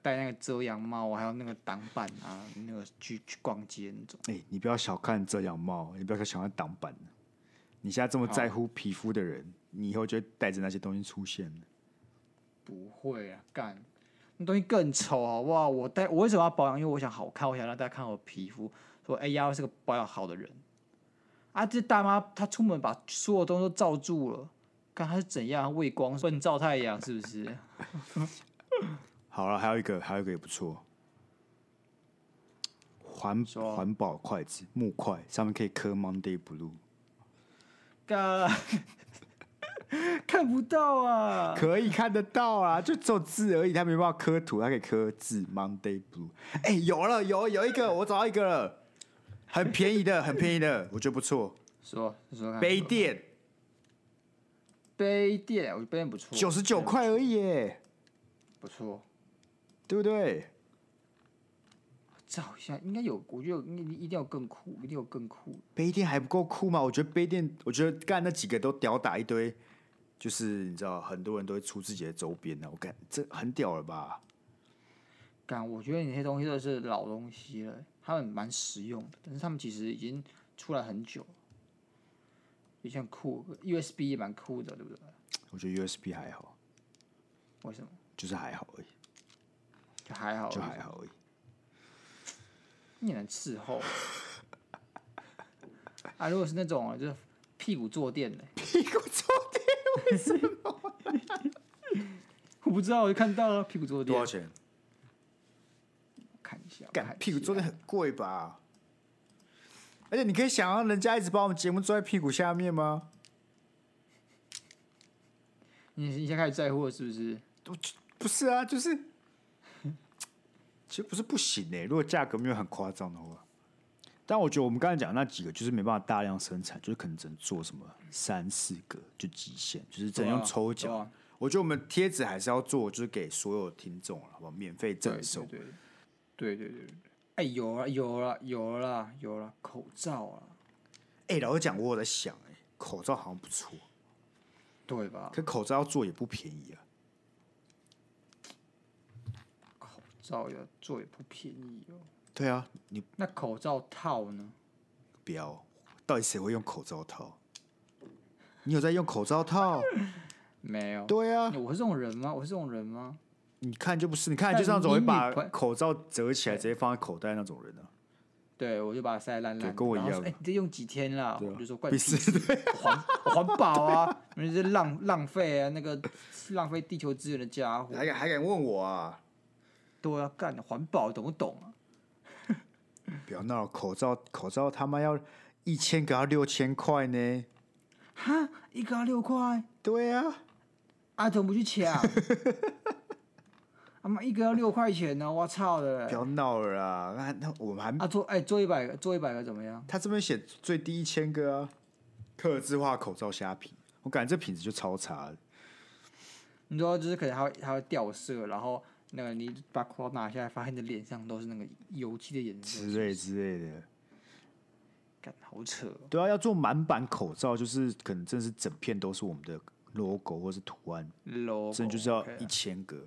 Speaker 2: 戴那个遮阳帽啊，还有那个挡板啊，那个去去逛街那种。
Speaker 1: 哎、你不要小看遮阳帽，你不要小看挡板，你现在这么在乎皮肤的人，你以后就会带着那些东西出现了。
Speaker 2: 不会啊，干，那东西更丑，好不好？我戴我为什么要保养？因为我想好看，我想让大家看我皮肤，说哎呀，是个保养好的人。啊，这大妈她出门把所有东西都罩住了，看她是怎样畏光，不能照太阳是不是？
Speaker 1: 好了，还有一个，还有一个也不错，环
Speaker 2: 说
Speaker 1: 环保筷子，木筷上面可以刻 Monday Blue，
Speaker 2: 干， 看不到啊！
Speaker 1: 可以看得到啊，就只有字而已，它没办法刻图，它可以刻字 Monday Blue。哎、有了，有有一个，我找到一个了，很便宜的，很便宜的，我觉得不错，
Speaker 2: 说说看，
Speaker 1: 杯垫
Speaker 2: 杯垫，我觉得杯垫不错，
Speaker 1: 九十九块而已耶，
Speaker 2: 不错。
Speaker 1: 对不对？
Speaker 2: 找一下，应该有，我觉得有应该一定要更酷，一定有更酷的。
Speaker 1: 杯垫还不够酷吗？我觉得杯垫，我觉得干那几个都屌打一堆，就是你知道，很多人都会出自己的周边啊呢、我感这很屌了吧？
Speaker 2: 干，我觉得你那些东西都是老东西了，他们蛮实用的，但是他们其实已经出来很久了，也像酷，USB 也蛮酷的，对不对？
Speaker 1: 我觉得 USB 还好，
Speaker 2: 为什么？
Speaker 1: 就是还好而已，
Speaker 2: 就还好，
Speaker 1: 就还，好而已。
Speaker 2: 你很伺候。 啊，如果是那种就是屁股坐垫的，
Speaker 1: 屁股坐垫
Speaker 2: 我不知道，我就看到了屁股坐
Speaker 1: 多
Speaker 2: 垫
Speaker 1: 少，钱？
Speaker 2: 看一下，看
Speaker 1: 干
Speaker 2: 一
Speaker 1: 屁股
Speaker 2: 下
Speaker 1: 坐垫很贵吧？而且你可以想让人家一直把我们节目坐在屁股下面吗？
Speaker 2: 你你现在开始在乎了是不是？
Speaker 1: 不是啊，就是，欸其实不是不行哎、如果价格没有很夸张的话，但我觉得我们刚才讲的那几个就是没办法大量生产，就是可能只能做什么三四个就极限，就是只能用抽奖。
Speaker 2: 对啊
Speaker 1: 我觉得我们贴纸还是要做，就是给所有听众了，好不好？免费
Speaker 2: 对
Speaker 1: 赠送。
Speaker 2: 对对对对对对，哎，有啊有啦有啦有啦，口罩啊，
Speaker 1: 哎、老实讲，我有在想、哎，口罩好像不错，
Speaker 2: 对吧？
Speaker 1: 可口罩要做也不便宜啊。
Speaker 2: 口罩要做也不便宜哦。
Speaker 1: 对啊，你
Speaker 2: 那口罩套呢？
Speaker 1: 不要，到底谁会用口罩套？你有在用口罩
Speaker 2: 哦
Speaker 1: 套？
Speaker 2: 没有。
Speaker 1: 对啊，
Speaker 2: 我是这种人吗？我是这种人吗？
Speaker 1: 你看就不是，你看
Speaker 2: 但
Speaker 1: 就是那种会
Speaker 2: 你女
Speaker 1: 把
Speaker 2: 朋友
Speaker 1: 口罩折起来直接放在口袋那种人啊。
Speaker 2: 对，我就把它塞烂烂的。
Speaker 1: 跟我一
Speaker 2: 然后说
Speaker 1: 样
Speaker 2: 哎、你这用几天啦？
Speaker 1: 对啊
Speaker 2: 我就说怪
Speaker 1: 必
Speaker 2: 你
Speaker 1: 须
Speaker 2: 屁事我环我环保啊， 你这浪浪费啊，那个浪费地球资源的家伙。
Speaker 1: 还敢还敢问我啊？
Speaker 2: 对啊，干环保懂不懂啊？
Speaker 1: 不要闹，口罩口罩他妈要一千个要六千块呢。
Speaker 2: 哈，一个要啊六块，
Speaker 1: 对啊，
Speaker 2: 阿怎么不去抢？ 啊他妈一个要六块钱呢、我操的
Speaker 1: 不
Speaker 2: 嘞！
Speaker 1: 要闹了啊！那那我们还
Speaker 2: 啊做哎、做一百个做一百个怎么样？
Speaker 1: 他这边写最低一千个啊，刻字化口罩虾皮，我感觉这品质就超差的。
Speaker 2: 你说就是可能还会还会掉色，然后那个你把口罩拿下来，发现你的脸上都是那个油漆的颜色
Speaker 1: 之，类之类的。
Speaker 2: 干好扯哦、
Speaker 1: 对啊，要做满版口罩，就是可能真的是整片都是我们的 logo 或是图案，
Speaker 2: logo，
Speaker 1: 真的就是要
Speaker 2: OK 啊
Speaker 1: 一千个，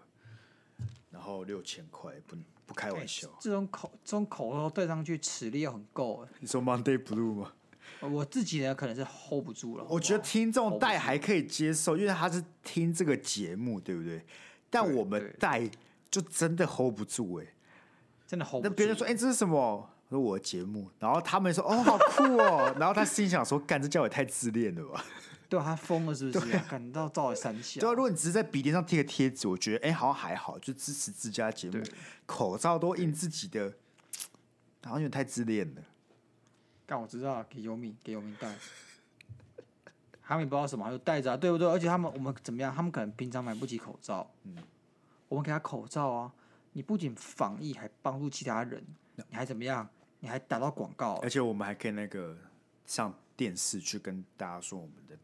Speaker 1: 然后六千块，不不开玩笑
Speaker 2: 欸。这种口这种口罩戴上去齿力要很够欸、
Speaker 1: 你说 Monday Blue 吗？
Speaker 2: 我自己呢可能是 hold 不住了。好不
Speaker 1: 我觉得
Speaker 2: 好
Speaker 1: 听众戴还可以接受，因为他是听这个节目，对不对？但
Speaker 2: 对
Speaker 1: 我们
Speaker 2: 对
Speaker 1: 戴就真的 hold 不住哎、
Speaker 2: 真的 hold 不
Speaker 1: 那
Speaker 2: 住。
Speaker 1: 别人说：“哎、这是什么？”我说：“我的节目。”然后他们说：“哦，好酷哦。” 然后他心想说：“干，这叫也太自恋了吧
Speaker 2: 对啊，他疯了是不是、啊？感到到了三？”下
Speaker 1: 对啊，，如果你只是在笔电上贴个贴纸，我觉得哎、好像还好，就支持自家节目
Speaker 2: 对。
Speaker 1: 口罩都印自己的，好像有点太自恋了。
Speaker 2: 干我知道了，给尤米给尤米戴。 他们也不知道什么，他就戴着、啊，对不对？而且他们我们怎么样？他们可能平常买不起口罩，嗯，我们给他口罩啊，你不仅防疫，还帮助其他人，你还怎么样？你还打到广告、啊
Speaker 1: 而且我们还可以那个上电视去跟大家说我们的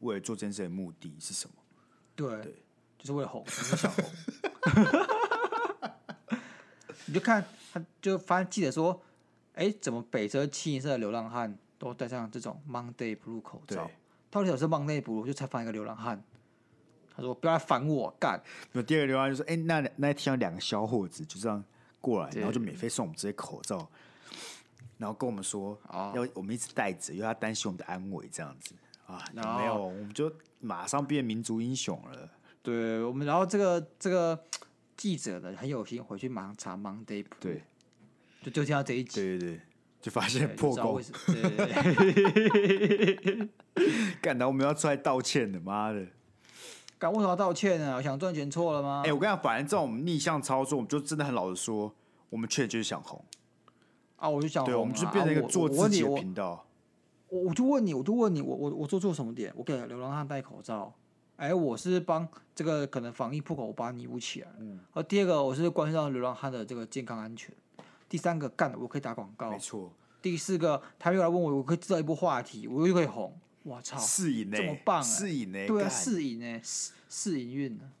Speaker 1: 为了做这件事的目的是什么。
Speaker 2: 对，就是为了红，你想红。 你就看他，就发现记者说，哎、怎么北车清一色的流浪汉都戴上这种 Monday Blue 口罩
Speaker 1: 对？
Speaker 2: 到底有是 Monday Blue？就采访一个流浪汉，他说不要来烦我，干
Speaker 1: 那第二个流浪就说：“哎、那那一天有两个小伙子就这样过来，
Speaker 2: 对
Speaker 1: 然后就免费送我们这些口罩，然后跟我们说、
Speaker 2: 哦
Speaker 1: 要我们一直带着，因为他担心我们的安危这样子啊。有
Speaker 2: 哦
Speaker 1: 没有？我们就马上变民族英雄了。
Speaker 2: 对我们。然后这个这个记者呢很有心，回去马上查 Monday Blue，
Speaker 1: 对
Speaker 2: 就就听到这一集，
Speaker 1: 对对对， 就发
Speaker 2: 对
Speaker 1: 现
Speaker 2: 就
Speaker 1: 破
Speaker 2: 知道
Speaker 1: 功
Speaker 2: 为，什么。对对对
Speaker 1: 干然后我们要出来道歉的，妈的！
Speaker 2: 干为什么要道歉呢？想赚钱错了吗
Speaker 1: 哎、？我跟你讲，反正这种逆向操作，我们就真的很老实说，我们确实就是想红，
Speaker 2: 啊，我就想
Speaker 1: 对，我
Speaker 2: 红
Speaker 1: 们就
Speaker 2: 啊
Speaker 1: 变
Speaker 2: 啊
Speaker 1: 成一个
Speaker 2: 我
Speaker 1: 做
Speaker 2: 我
Speaker 1: 自
Speaker 2: 问
Speaker 1: 己
Speaker 2: 你
Speaker 1: 的
Speaker 2: 我
Speaker 1: 频道。
Speaker 2: 我我就问你，我就问你，我我我做错什么点？我给流浪汉戴口罩，哎，我是帮这个可能防疫破口，我把它弥补起来。嗯。而第二个，我是关心到流浪汉的这个健康安全。第三个，干，我可以打广告
Speaker 1: 没。错，
Speaker 2: 第四个，他又来问我，我可以制造一波话题，我又可以红。我操！
Speaker 1: 试影呢
Speaker 2: 这么，棒哎
Speaker 1: 试影呢，
Speaker 2: 对啊，
Speaker 1: 干
Speaker 2: 试营呢，试试营运呢。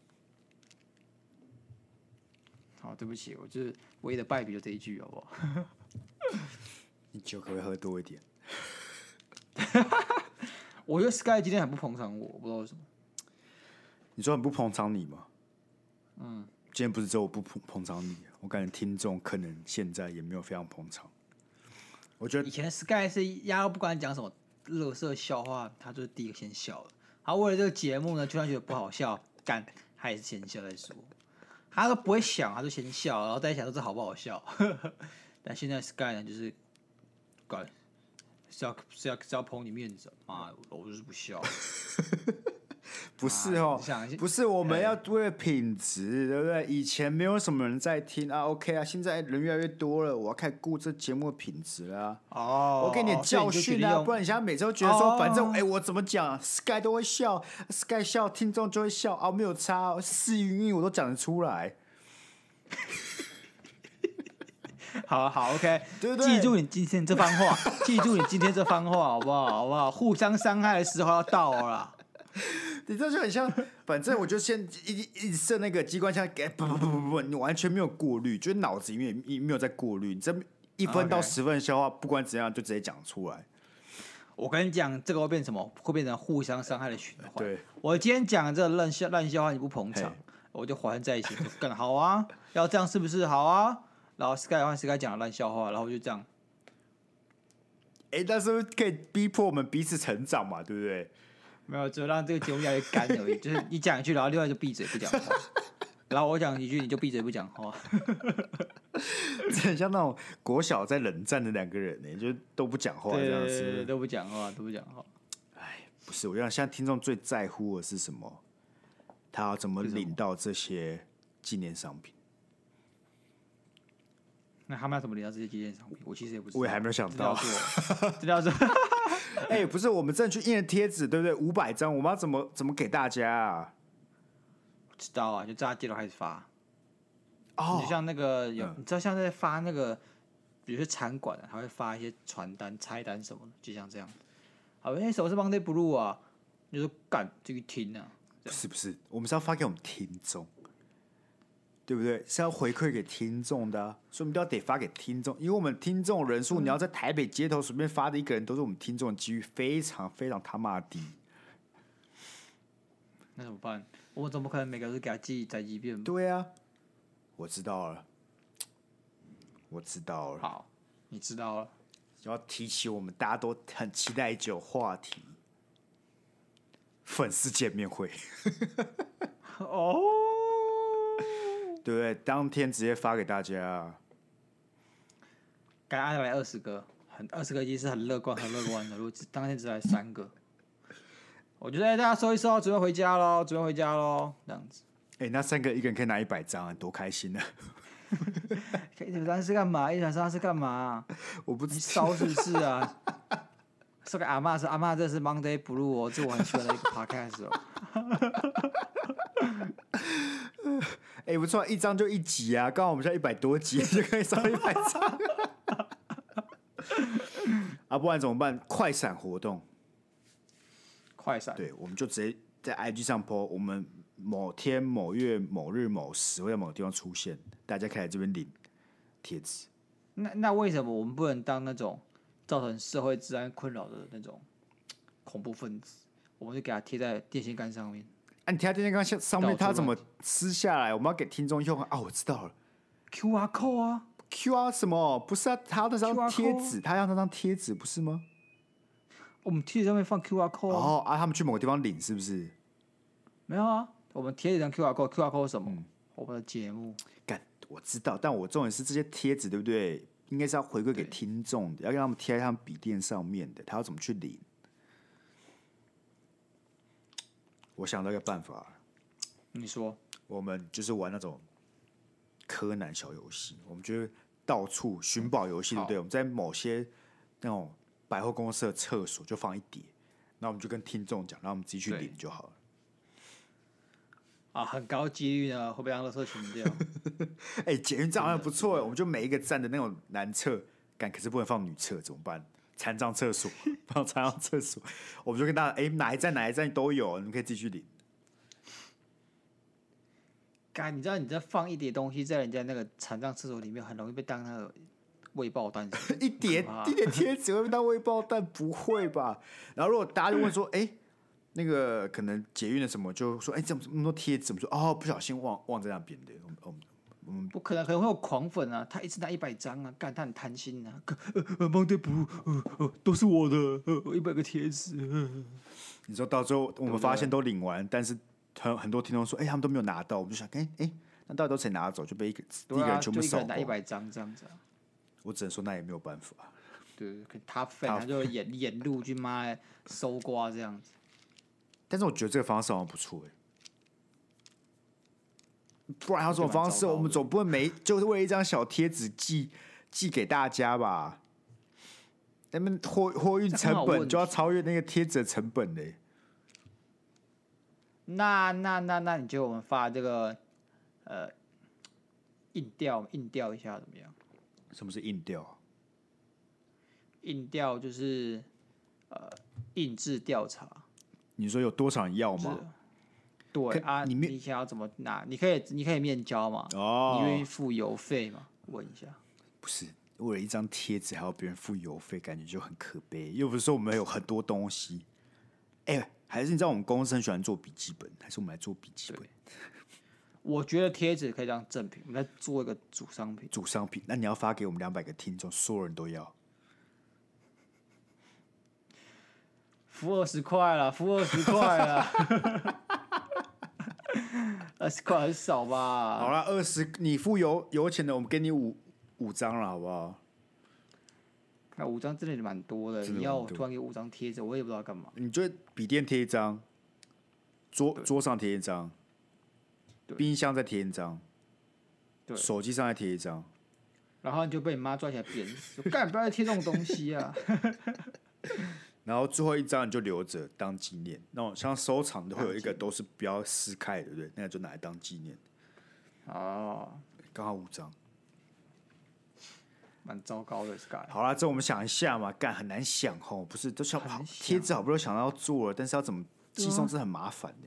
Speaker 2: 好，对不起，我就是唯一的败笔就这一句，好不好？
Speaker 1: 你酒可不可以喝多一点？
Speaker 2: 我觉得 Sky 今天很不捧场我，我不知道为什么。
Speaker 1: 你说很不捧场你吗？嗯，今天不是只有我不捧捧场你，我感觉听众可能现在也没有非常捧场。我觉得
Speaker 2: 以前 Sky 是压根不管讲什么乐色笑话，他就是第一个先笑的。他为了这个节目呢，就算觉得不好笑，干他也是先笑再说。他都不会想，他就先笑，然后再想说这好不好笑。 但现在 Sky 呢，就是管是要是要是要捧你面子，妈的，我就是不笑。
Speaker 1: 不是
Speaker 2: 啊
Speaker 1: 哦
Speaker 2: 你想一下，哎
Speaker 1: 不是我们要为了品质，对不对？以前没有什么人在听啊，OK 啊，现在人越来越多了，我要开始顾这节目的品质啦、
Speaker 2: 哦
Speaker 1: 我给你教训啊，不然你现在每周觉得说，
Speaker 2: 哦
Speaker 1: 反正哎、我怎么讲，Sky 都会笑，Sky 笑，听众就会笑啊，没有差、哦，试运运我都讲得出来。
Speaker 2: 好好，OK，
Speaker 1: 对不对？
Speaker 2: 记住你今天这番话，记住你今天这番话，好不好？好不好？互相伤害的时候要到了啦。
Speaker 1: 你这就很像， 反正我就先一一一直射那个机关枪，给不不不不不，你完全没有过滤，就是脑子里面也没有在过滤，你这一分到
Speaker 2: 啊 OK
Speaker 1: 十分的消化，不管怎样就直接讲出来。
Speaker 2: 我跟你讲，这个会变什么？会变成互相伤害的循环。
Speaker 1: 对，
Speaker 2: 我今天讲这烂笑烂笑话，你不捧场
Speaker 1: 嘿，
Speaker 2: 我就还在一起，就更好啊！要这样是不是好啊？然后 Sky 换 Sky 讲了烂笑话，然后我就这样，
Speaker 1: 哎，但是可以逼迫我们彼此成长嘛，对不对？
Speaker 2: 没有，就让这个节目越来越干而已。就是你讲一句，然后另外一个就闭嘴不讲话，然后我讲一句，你就闭嘴不讲 话。
Speaker 1: 这很像那种国小在冷战的两个人呢、就是都不讲话
Speaker 2: 对
Speaker 1: 这
Speaker 2: 对
Speaker 1: 样
Speaker 2: 对对，
Speaker 1: 子。
Speaker 2: 都不讲话，都不讲话。
Speaker 1: 不是，我想现在听众最在乎的是什么？他要怎么
Speaker 2: 是什么
Speaker 1: 领到这些纪念商品？
Speaker 2: 那他们要怎么领到这些纪念商品？我其实也不知道，
Speaker 1: 我也还没有想 到
Speaker 2: 资料是我，资料 是我
Speaker 1: 哎、不是，我们正去印的贴纸，对不对？五百张，我们要怎么怎么给大家啊？
Speaker 2: 知道啊，就炸街头开始发。
Speaker 1: 哦
Speaker 2: 你就像那个有，
Speaker 1: 嗯
Speaker 2: 你知道像在发那个，比如说餐馆、啊，他会发一些传单、菜单什么的，就像这样。好，哎、什么是 Monday Blue 啊？你就说干这个听啊，
Speaker 1: 不是不是，我们是要发给我们听众，对不对？是要回馈给听众的啊、所以我们都要得发给听众，因为我们听众人
Speaker 2: 嗯
Speaker 1: 数，你要在台北街头随便发的一个人，都是我们听众的几率非常非常他妈低。
Speaker 2: 那怎么办？我怎么可能每个都给他记载一遍？
Speaker 1: 对啊，我知道了，我知道了，
Speaker 2: 好，你知道了。
Speaker 1: 要提起我们大家都很期待已久的话题——粉丝见面会，
Speaker 2: 哦，
Speaker 1: 对不对？当天直接发给大家。
Speaker 2: 该安排二十个，很二十个已经是很乐观、很乐观的。如果只当天只来三个，我觉得、哎大家收一收，准备回家喽，准备回家喽，这样子。
Speaker 1: 哎、那三个一个人可以拿一百张啊，多开心啊！
Speaker 2: 一两三是干嘛？一两三是干嘛、
Speaker 1: 我不知
Speaker 2: 你烧是不是啊？说给阿妈说，阿妈这是 Monday Blue 哦，这我很喜欢的一 个 podcast 哦。
Speaker 1: 哎、不错，一张就一集啊，刚好我们现在一百多集 就可以上一百张。 啊，不然怎么办？快闪活动，
Speaker 2: 快闪，
Speaker 1: 对，我们就直接在 IG 上 po，我们某天某月某日某时会在某个地方出现，大家可以来这边领贴纸。
Speaker 2: 那那为什么我们不能当那种造成社会治安困扰的那种恐怖分子？我们就给他贴在电线杆上面。
Speaker 1: 啊，你贴在电线杆下上面，
Speaker 2: 到处
Speaker 1: 它怎么
Speaker 2: 乱
Speaker 1: 撕下来？我们要给听众用啊！啊我知道了
Speaker 2: QR code 啊，
Speaker 1: ，Q R 什么？不是啊，他那张
Speaker 2: QR
Speaker 1: 贴
Speaker 2: code
Speaker 1: 纸，他要那张贴纸不是吗？
Speaker 2: 我们贴纸上面放 QR code 啊，
Speaker 1: 哦啊，他们去某个地方领是不是？
Speaker 2: 没有啊？我们贴一张 QR code，QR code 是什么？
Speaker 1: 嗯
Speaker 2: 我们的节目
Speaker 1: 干，我知道，但我重点是这些贴纸，对不对？应该是要回馈给听众的，要让他们贴在他们笔电上面的，他要怎么去领？我想到一个办法，
Speaker 2: 你说
Speaker 1: 我们就是玩那种柯南小游戏，我们就是到处寻宝游戏，对不对？我们在某些那种百货公司的厕所就放一叠，那我们就跟听众讲，让我们自己去
Speaker 2: 对
Speaker 1: 领就好了。
Speaker 2: 啊，很高几率呢会被让垃圾群掉。
Speaker 1: 哎、捷运站好像不错哎，我们就每一个站的那种男厕，干可是不能放女厕，怎么办？残障厕所 放残障厕所，我们就跟大家哎、哪一站哪一站都有，你们可以继续领。
Speaker 2: 干，你知道你在放一叠东西在人家那个残障厕所里面，很容易被当那个未爆弹什么的。
Speaker 1: 一叠 一叠贴纸会被当微包，但不会吧？然后如果大家就问说，哎、那个可能捷运的什么，就说哎、怎么那么多贴纸？我们说哦，不小心忘忘在那边的，我们我们
Speaker 2: 不可能，可能会有狂粉啊！他一次拿一百张啊，干，他很贪心啊！干呃呃，蒙对不，呃呃，都是我的，呃，一百个贴纸，呃
Speaker 1: 你说到最后，我
Speaker 2: 对不
Speaker 1: 们
Speaker 2: 对
Speaker 1: 发现都领完，但是很很多听众说，哎、他们都没有拿到，我们就想，哎、哎、那到底都谁拿走？就被一个、第一
Speaker 2: 对
Speaker 1: 个
Speaker 2: 啊，
Speaker 1: 人
Speaker 2: 就
Speaker 1: 全
Speaker 2: 一
Speaker 1: 部
Speaker 2: 个
Speaker 1: 扫
Speaker 2: 人拿一
Speaker 1: 光。
Speaker 2: 百张这样子啊。
Speaker 1: 我只能说那也没有办法。
Speaker 2: 对，可他粉
Speaker 1: 他
Speaker 2: 他就沿沿路去妈的搜刮这样子，
Speaker 1: 但是我觉得这个方式好像不错哎、不然还有什么方式？
Speaker 2: 这蛮糟糕的
Speaker 1: 我们总不会没就是为了一张小贴纸寄寄给大家吧？那们货货运
Speaker 2: 这很好
Speaker 1: 成
Speaker 2: 问
Speaker 1: 本就要超越那个贴纸的成本嘞、
Speaker 2: 那那那那，你觉得我们发这个呃硬调硬调一下怎么样？
Speaker 1: 什么是硬调？
Speaker 2: 硬调就是呃印制调查，
Speaker 1: 你说有多少人要吗？
Speaker 2: 对
Speaker 1: 可
Speaker 2: 啊，
Speaker 1: 你面
Speaker 2: 你想要怎么拿？你可以你可以面交嘛，
Speaker 1: 哦，
Speaker 2: 你愿意付邮费吗？问一下。
Speaker 1: 不是为了一张贴纸还要别人付邮费，感觉就很可悲。又不是说我们有很多东西，哎、还是你知道我们公司很喜欢做笔记本，还是我们来做笔记本
Speaker 2: 我觉得贴纸可以当赠品，我们再做一个主商品。
Speaker 1: 主商品？那你要发给我们两百个听众，所有人都要。
Speaker 2: 付二十块了，付二十块了，二十块很少吧？
Speaker 1: 好啦，二十你付油油钱的，我们给你五五张了，好不好？
Speaker 2: 那五张真的蛮多的，
Speaker 1: 真的
Speaker 2: 你要
Speaker 1: 蛮
Speaker 2: 我
Speaker 1: 多
Speaker 2: 突然给我五张贴纸，我也不知道干嘛。
Speaker 1: 你就笔电贴一张，桌桌上贴一张，
Speaker 2: 对
Speaker 1: 冰箱再贴一张，
Speaker 2: 对
Speaker 1: 手机上再贴一张。
Speaker 2: 然后你就被你妈抓起来扁死，说干不要再贴这种东西啊！
Speaker 1: 然后最后一张你就留着当纪念。那种像收藏的会有一个都是不要撕开的，对不对？那个就拿来当纪念，
Speaker 2: 哦，
Speaker 1: 刚好五张。
Speaker 2: 蛮糟糕的，Sky。
Speaker 1: 好啦，这我们想一下嘛，干很难想吼，不是都想
Speaker 2: 很难
Speaker 1: 好
Speaker 2: 想
Speaker 1: 贴纸好不容易想到要做了，但是要怎么寄送真的很麻烦呢、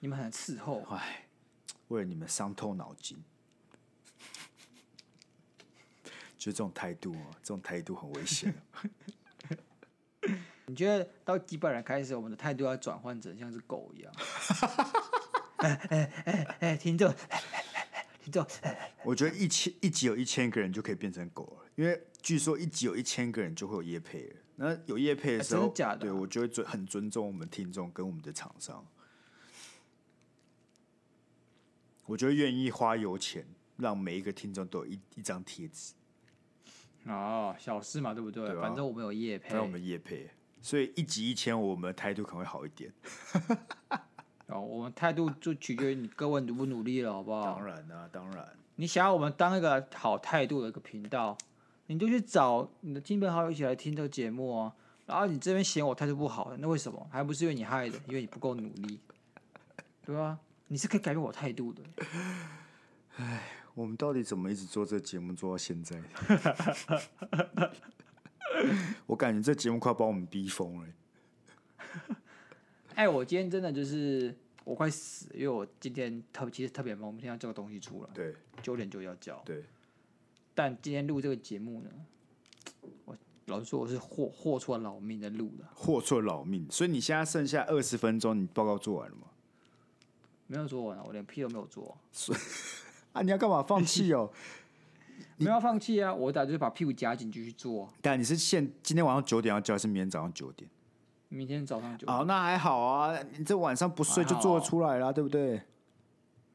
Speaker 2: 你们很伺候，
Speaker 1: 哎，为了你们伤透脑筋， 就这种态度哦，这种态度很危险。
Speaker 2: 你觉得到几百人开始，我们的态度要转换成像是狗 一样？哎哎哎哎，听众，听众，
Speaker 1: 我觉得一千一集有一千个人就可以变成狗了，因为据说一集有一千个人就会有业配了。那有业配的时
Speaker 2: 啊
Speaker 1: 候，
Speaker 2: 真的假的
Speaker 1: 对我就会尊很尊重我们听众跟我们的厂商，我就会愿意花油钱让每一个听众都有一一张贴纸，
Speaker 2: 哦，小事嘛，对不对？
Speaker 1: 对啊
Speaker 2: 反正我们有业配，
Speaker 1: 让我们业配。所以一集一千，我们的态度可能会好一点。
Speaker 2: 哦，我们态度就取决于你各位努不努力了，好不好
Speaker 1: 当？然啊，当然。
Speaker 2: 你想要我们当一个好态度的一个频道，你就去找你的亲朋好友一起来听这个节目啊。然后你这边嫌我态度不好，那为什么？还不是因为你害的，因为你不够努力，对啊，你是可以改变我态度的。
Speaker 1: 我们到底怎么一直做这节目做到现 在？我感觉这节目快把我们逼疯了。
Speaker 2: 哎、我今天真的就是我快死，因为我今天特其实特别忙，我们今天要这个东西出来，
Speaker 1: 对
Speaker 2: 九点就要交。
Speaker 1: 对，
Speaker 2: 但今天录这个节目呢，我老实说我是豁豁出了老命在录的，
Speaker 1: 豁出老命。所以你现在剩下二十分钟，你报告做完了吗？
Speaker 2: 没有做完啊，我连屁都没有做啊，
Speaker 1: 啊，你要干嘛？放弃哦？
Speaker 2: 没有要放弃啊，我打算把屁股夹紧继续做啊、
Speaker 1: 但你是现今天晚上九点要交，还是明天早上九点？
Speaker 2: 明天早上就、
Speaker 1: 哦，那还好啊，你这晚上不睡就做得出来啦，对不对？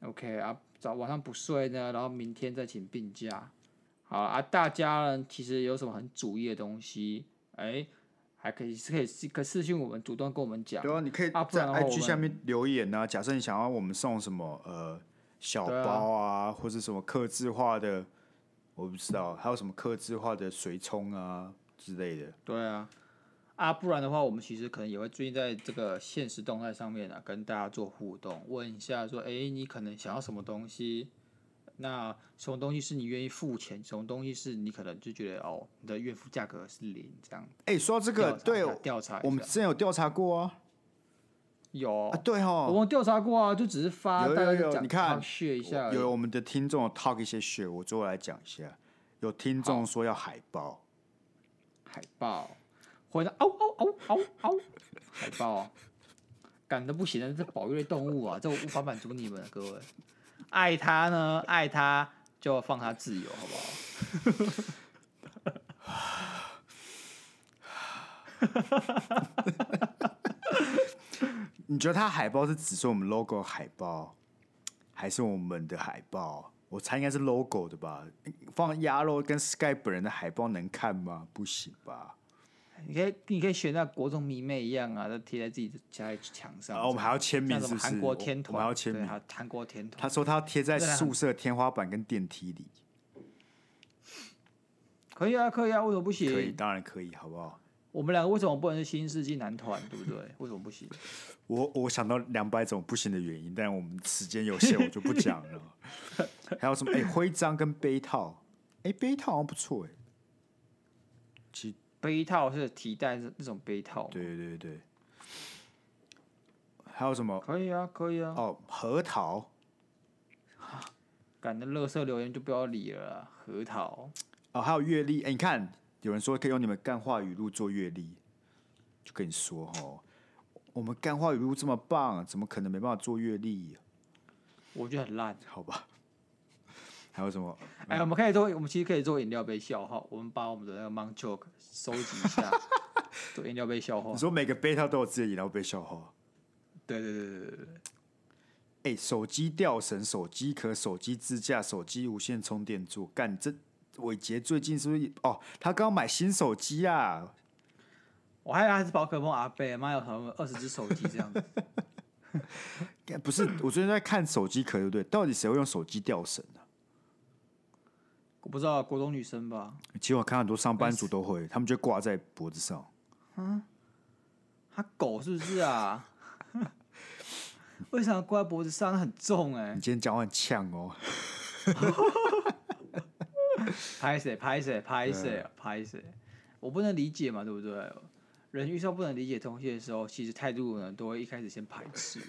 Speaker 2: OK 啊，早晚上不睡呢，然后明天再请病假。好啊，大家呢其实有什么很主意的东西，哎、还可以是可以是可以私信我们，主动跟我们讲。
Speaker 1: 对啊，你可以
Speaker 2: 啊不
Speaker 1: 在
Speaker 2: 然的话我
Speaker 1: IG
Speaker 2: 们
Speaker 1: 下面留言啊。假设你想要我们送什么呃小
Speaker 2: 对啊
Speaker 1: 包啊，或是什么刻字化的，我不知道，还有什么刻字化的水冲啊之类的。
Speaker 2: 对啊，啊，不然的话，我们其实可能也会最近在这个现实动态上面啊，跟大家做互动，问一下说，哎、你可能想要什么东西？那什么东西是你愿意付钱？什么东西是你可能就觉得哦，你的月付价格是零这样？
Speaker 1: 哎、说到这个，
Speaker 2: 调查一
Speaker 1: 对
Speaker 2: 下，调查一下
Speaker 1: 我们之前有调查过啊，
Speaker 2: 有
Speaker 1: 啊，对
Speaker 2: 我
Speaker 1: 哦，
Speaker 2: 们调查过啊，就只是发
Speaker 1: 有有
Speaker 2: 大家
Speaker 1: 有
Speaker 2: 就讲
Speaker 1: 你看
Speaker 2: 学一下而已，啊
Speaker 1: 有我们的听众有 talk 一些 shit，我最后来讲一下。有听众说要海报，
Speaker 2: 海报，回到嗷嗷嗷嗷嗷，海报，赶的不行了，这保育类动物啊，这我无法满足你们，各位，爱它呢，爱它就放它自由，好不好？
Speaker 1: 你觉得它海报是只说我们 logo 海报，还是我们的海报？我猜应该是 logo 的吧。放鸭肉跟 Sky 本人的海报能看吗？不行吧。
Speaker 2: 你可以，你可以选那国中迷妹一样啊，就贴在自己的家里墙上。
Speaker 1: 然啊哦后我们还要签名，
Speaker 2: 像什
Speaker 1: 是
Speaker 2: 么
Speaker 1: 不是？
Speaker 2: 韩国天
Speaker 1: 我我们
Speaker 2: 团，
Speaker 1: 还要签
Speaker 2: 对
Speaker 1: 名。
Speaker 2: 还有韩国天团，
Speaker 1: 他说他要贴在
Speaker 2: 对啊
Speaker 1: 宿舍天花板跟电梯里，
Speaker 2: 可以啊，可以啊，为什么不
Speaker 1: 可以，
Speaker 2: 行？
Speaker 1: 当然可以，好不好？
Speaker 2: 我们两个为什么不能是新世纪男团，对不对？为什么不行？
Speaker 1: 我我想到两百种不行的原因，但我们时间有限，我就不讲了。还有什么？哎、徽章跟杯套，哎、贝塔好像不错哎、其实
Speaker 2: 杯套是提带那那种杯套，
Speaker 1: 对对对，还有什么？
Speaker 2: 可以啊，可以啊。
Speaker 1: 哦，核桃，
Speaker 2: 感的乐色留言就不要理了啦，核桃。
Speaker 1: 哦，还有阅历。哎、你看，有人说可以用你们干话语录做阅历，就跟你说哦，我们干话语录这么棒，怎么可能没办法做阅历？
Speaker 2: 我觉得很烂。
Speaker 1: 好吧。 还有什么？
Speaker 2: 哎、我们可以做，我们其实可以做饮料杯笑话。我们把我们的那个 m o n c h o k 收集一 下，做饮料杯笑话
Speaker 1: 你。说每个贝塔都有自己的饮料杯笑话？
Speaker 2: 对对对对对对，
Speaker 1: 哎、手机吊绳、手机壳、手机支架、手机无线充电座，干这伟杰最近是不是也？哦，他刚买新手机啊！
Speaker 2: 我还以为他是宝可梦阿贝，妈有什么二十只手机这样子。
Speaker 1: 干不是，我最近在看手机壳，对不对？到底谁会用手机吊绳啊？
Speaker 2: 我不知道，国中女生吧？
Speaker 1: 其实我看很多上班族都会，他们就挂在脖子上。
Speaker 2: 他狗是不是啊？ 为什么挂在脖子上？很重哎、
Speaker 1: 你今天讲话很呛哦，
Speaker 2: 拍谁拍谁拍谁拍谁，我不能理解嘛，对不对？人遇上不能理解的东西的时候，其实态度呢都会一开始先排 斥。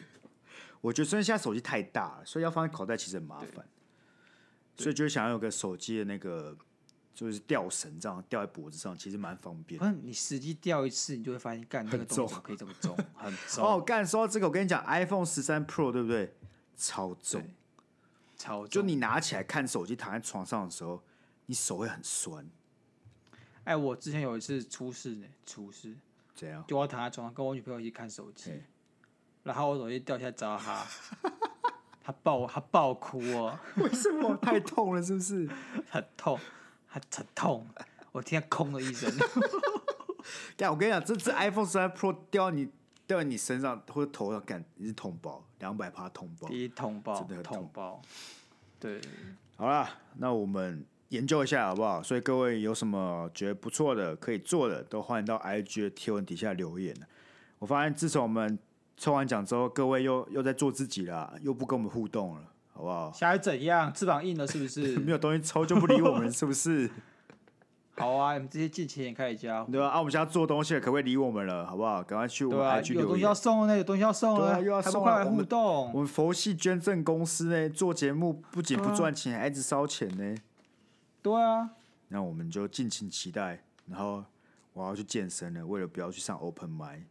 Speaker 1: 我觉得虽然现在手机太大了，所以要放在口袋其实很麻烦，所以就会想要有个手机的那个就是吊绳这样吊在脖子上，其实蛮方便
Speaker 2: 不。是你实际掉一次，你就会发现，干这个
Speaker 1: 很
Speaker 2: 东西
Speaker 1: 重
Speaker 2: 怎么可以这么 重，很重，
Speaker 1: 哦，干，说到这个，我跟你讲，iPhone 十三 Pro 对不对？超重
Speaker 2: 对，超重。
Speaker 1: 就你拿起来看手机，躺在床上的时候，你手会很酸，
Speaker 2: 哎，我之前有一次出事呢，出事
Speaker 1: 怎样？
Speaker 2: 就我躺在床上跟我女朋友一起看手机
Speaker 1: 哎，
Speaker 2: 然后我手机掉下来砸 她，她爆她爆哭哦，
Speaker 1: 为什么 太痛了？是不是？
Speaker 2: 很痛，她很痛，我听她空了一 声。
Speaker 1: 干，我跟你讲，这次 iPhone 十三 Pro 掉你掉在你身上或者头上，干，你是痛爆，两百趴痛爆。
Speaker 2: 第一通报，
Speaker 1: 真的很痛
Speaker 2: 通报，对，
Speaker 1: 好啦，那我们研究一下好不好？所以各位有什么觉得不错的、可以做的，都欢迎到 IG 的贴文底下留言。我发现自从我们抽完奖之后，各位又又在做自己啦，又不跟我们互动了，好不好？
Speaker 2: 现在怎样？翅膀硬了是不是？
Speaker 1: 没有东西抽就不理我们， 是不是？
Speaker 2: 好啊，你们这些近亲也开始加，
Speaker 1: 对吧、啊？我们现在做东西了，可不可以理我们了？好不好？赶快去我
Speaker 2: 对
Speaker 1: 们
Speaker 2: 吧？有
Speaker 1: IG 留
Speaker 2: 东西
Speaker 1: 言。
Speaker 2: 要送呢，有东西要送
Speaker 1: 对啊
Speaker 2: 呢，
Speaker 1: 又要
Speaker 2: 还不
Speaker 1: 送
Speaker 2: 快
Speaker 1: 啊
Speaker 2: 来
Speaker 1: 我
Speaker 2: 互
Speaker 1: 们
Speaker 2: 动？
Speaker 1: 我们佛系捐赠公司呢，做节目不仅不赚钱，还一直烧钱呢。
Speaker 2: 对啊，
Speaker 1: 那我们就敬请期待。然后我要去健身了，为了不要去上 Open m i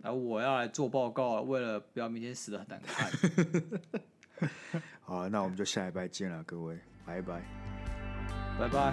Speaker 2: 然后我要来做报告了，为了不要明天死的很难 看。
Speaker 1: 好，那我们就下礼拜见了，各位，拜拜。
Speaker 2: 拜拜。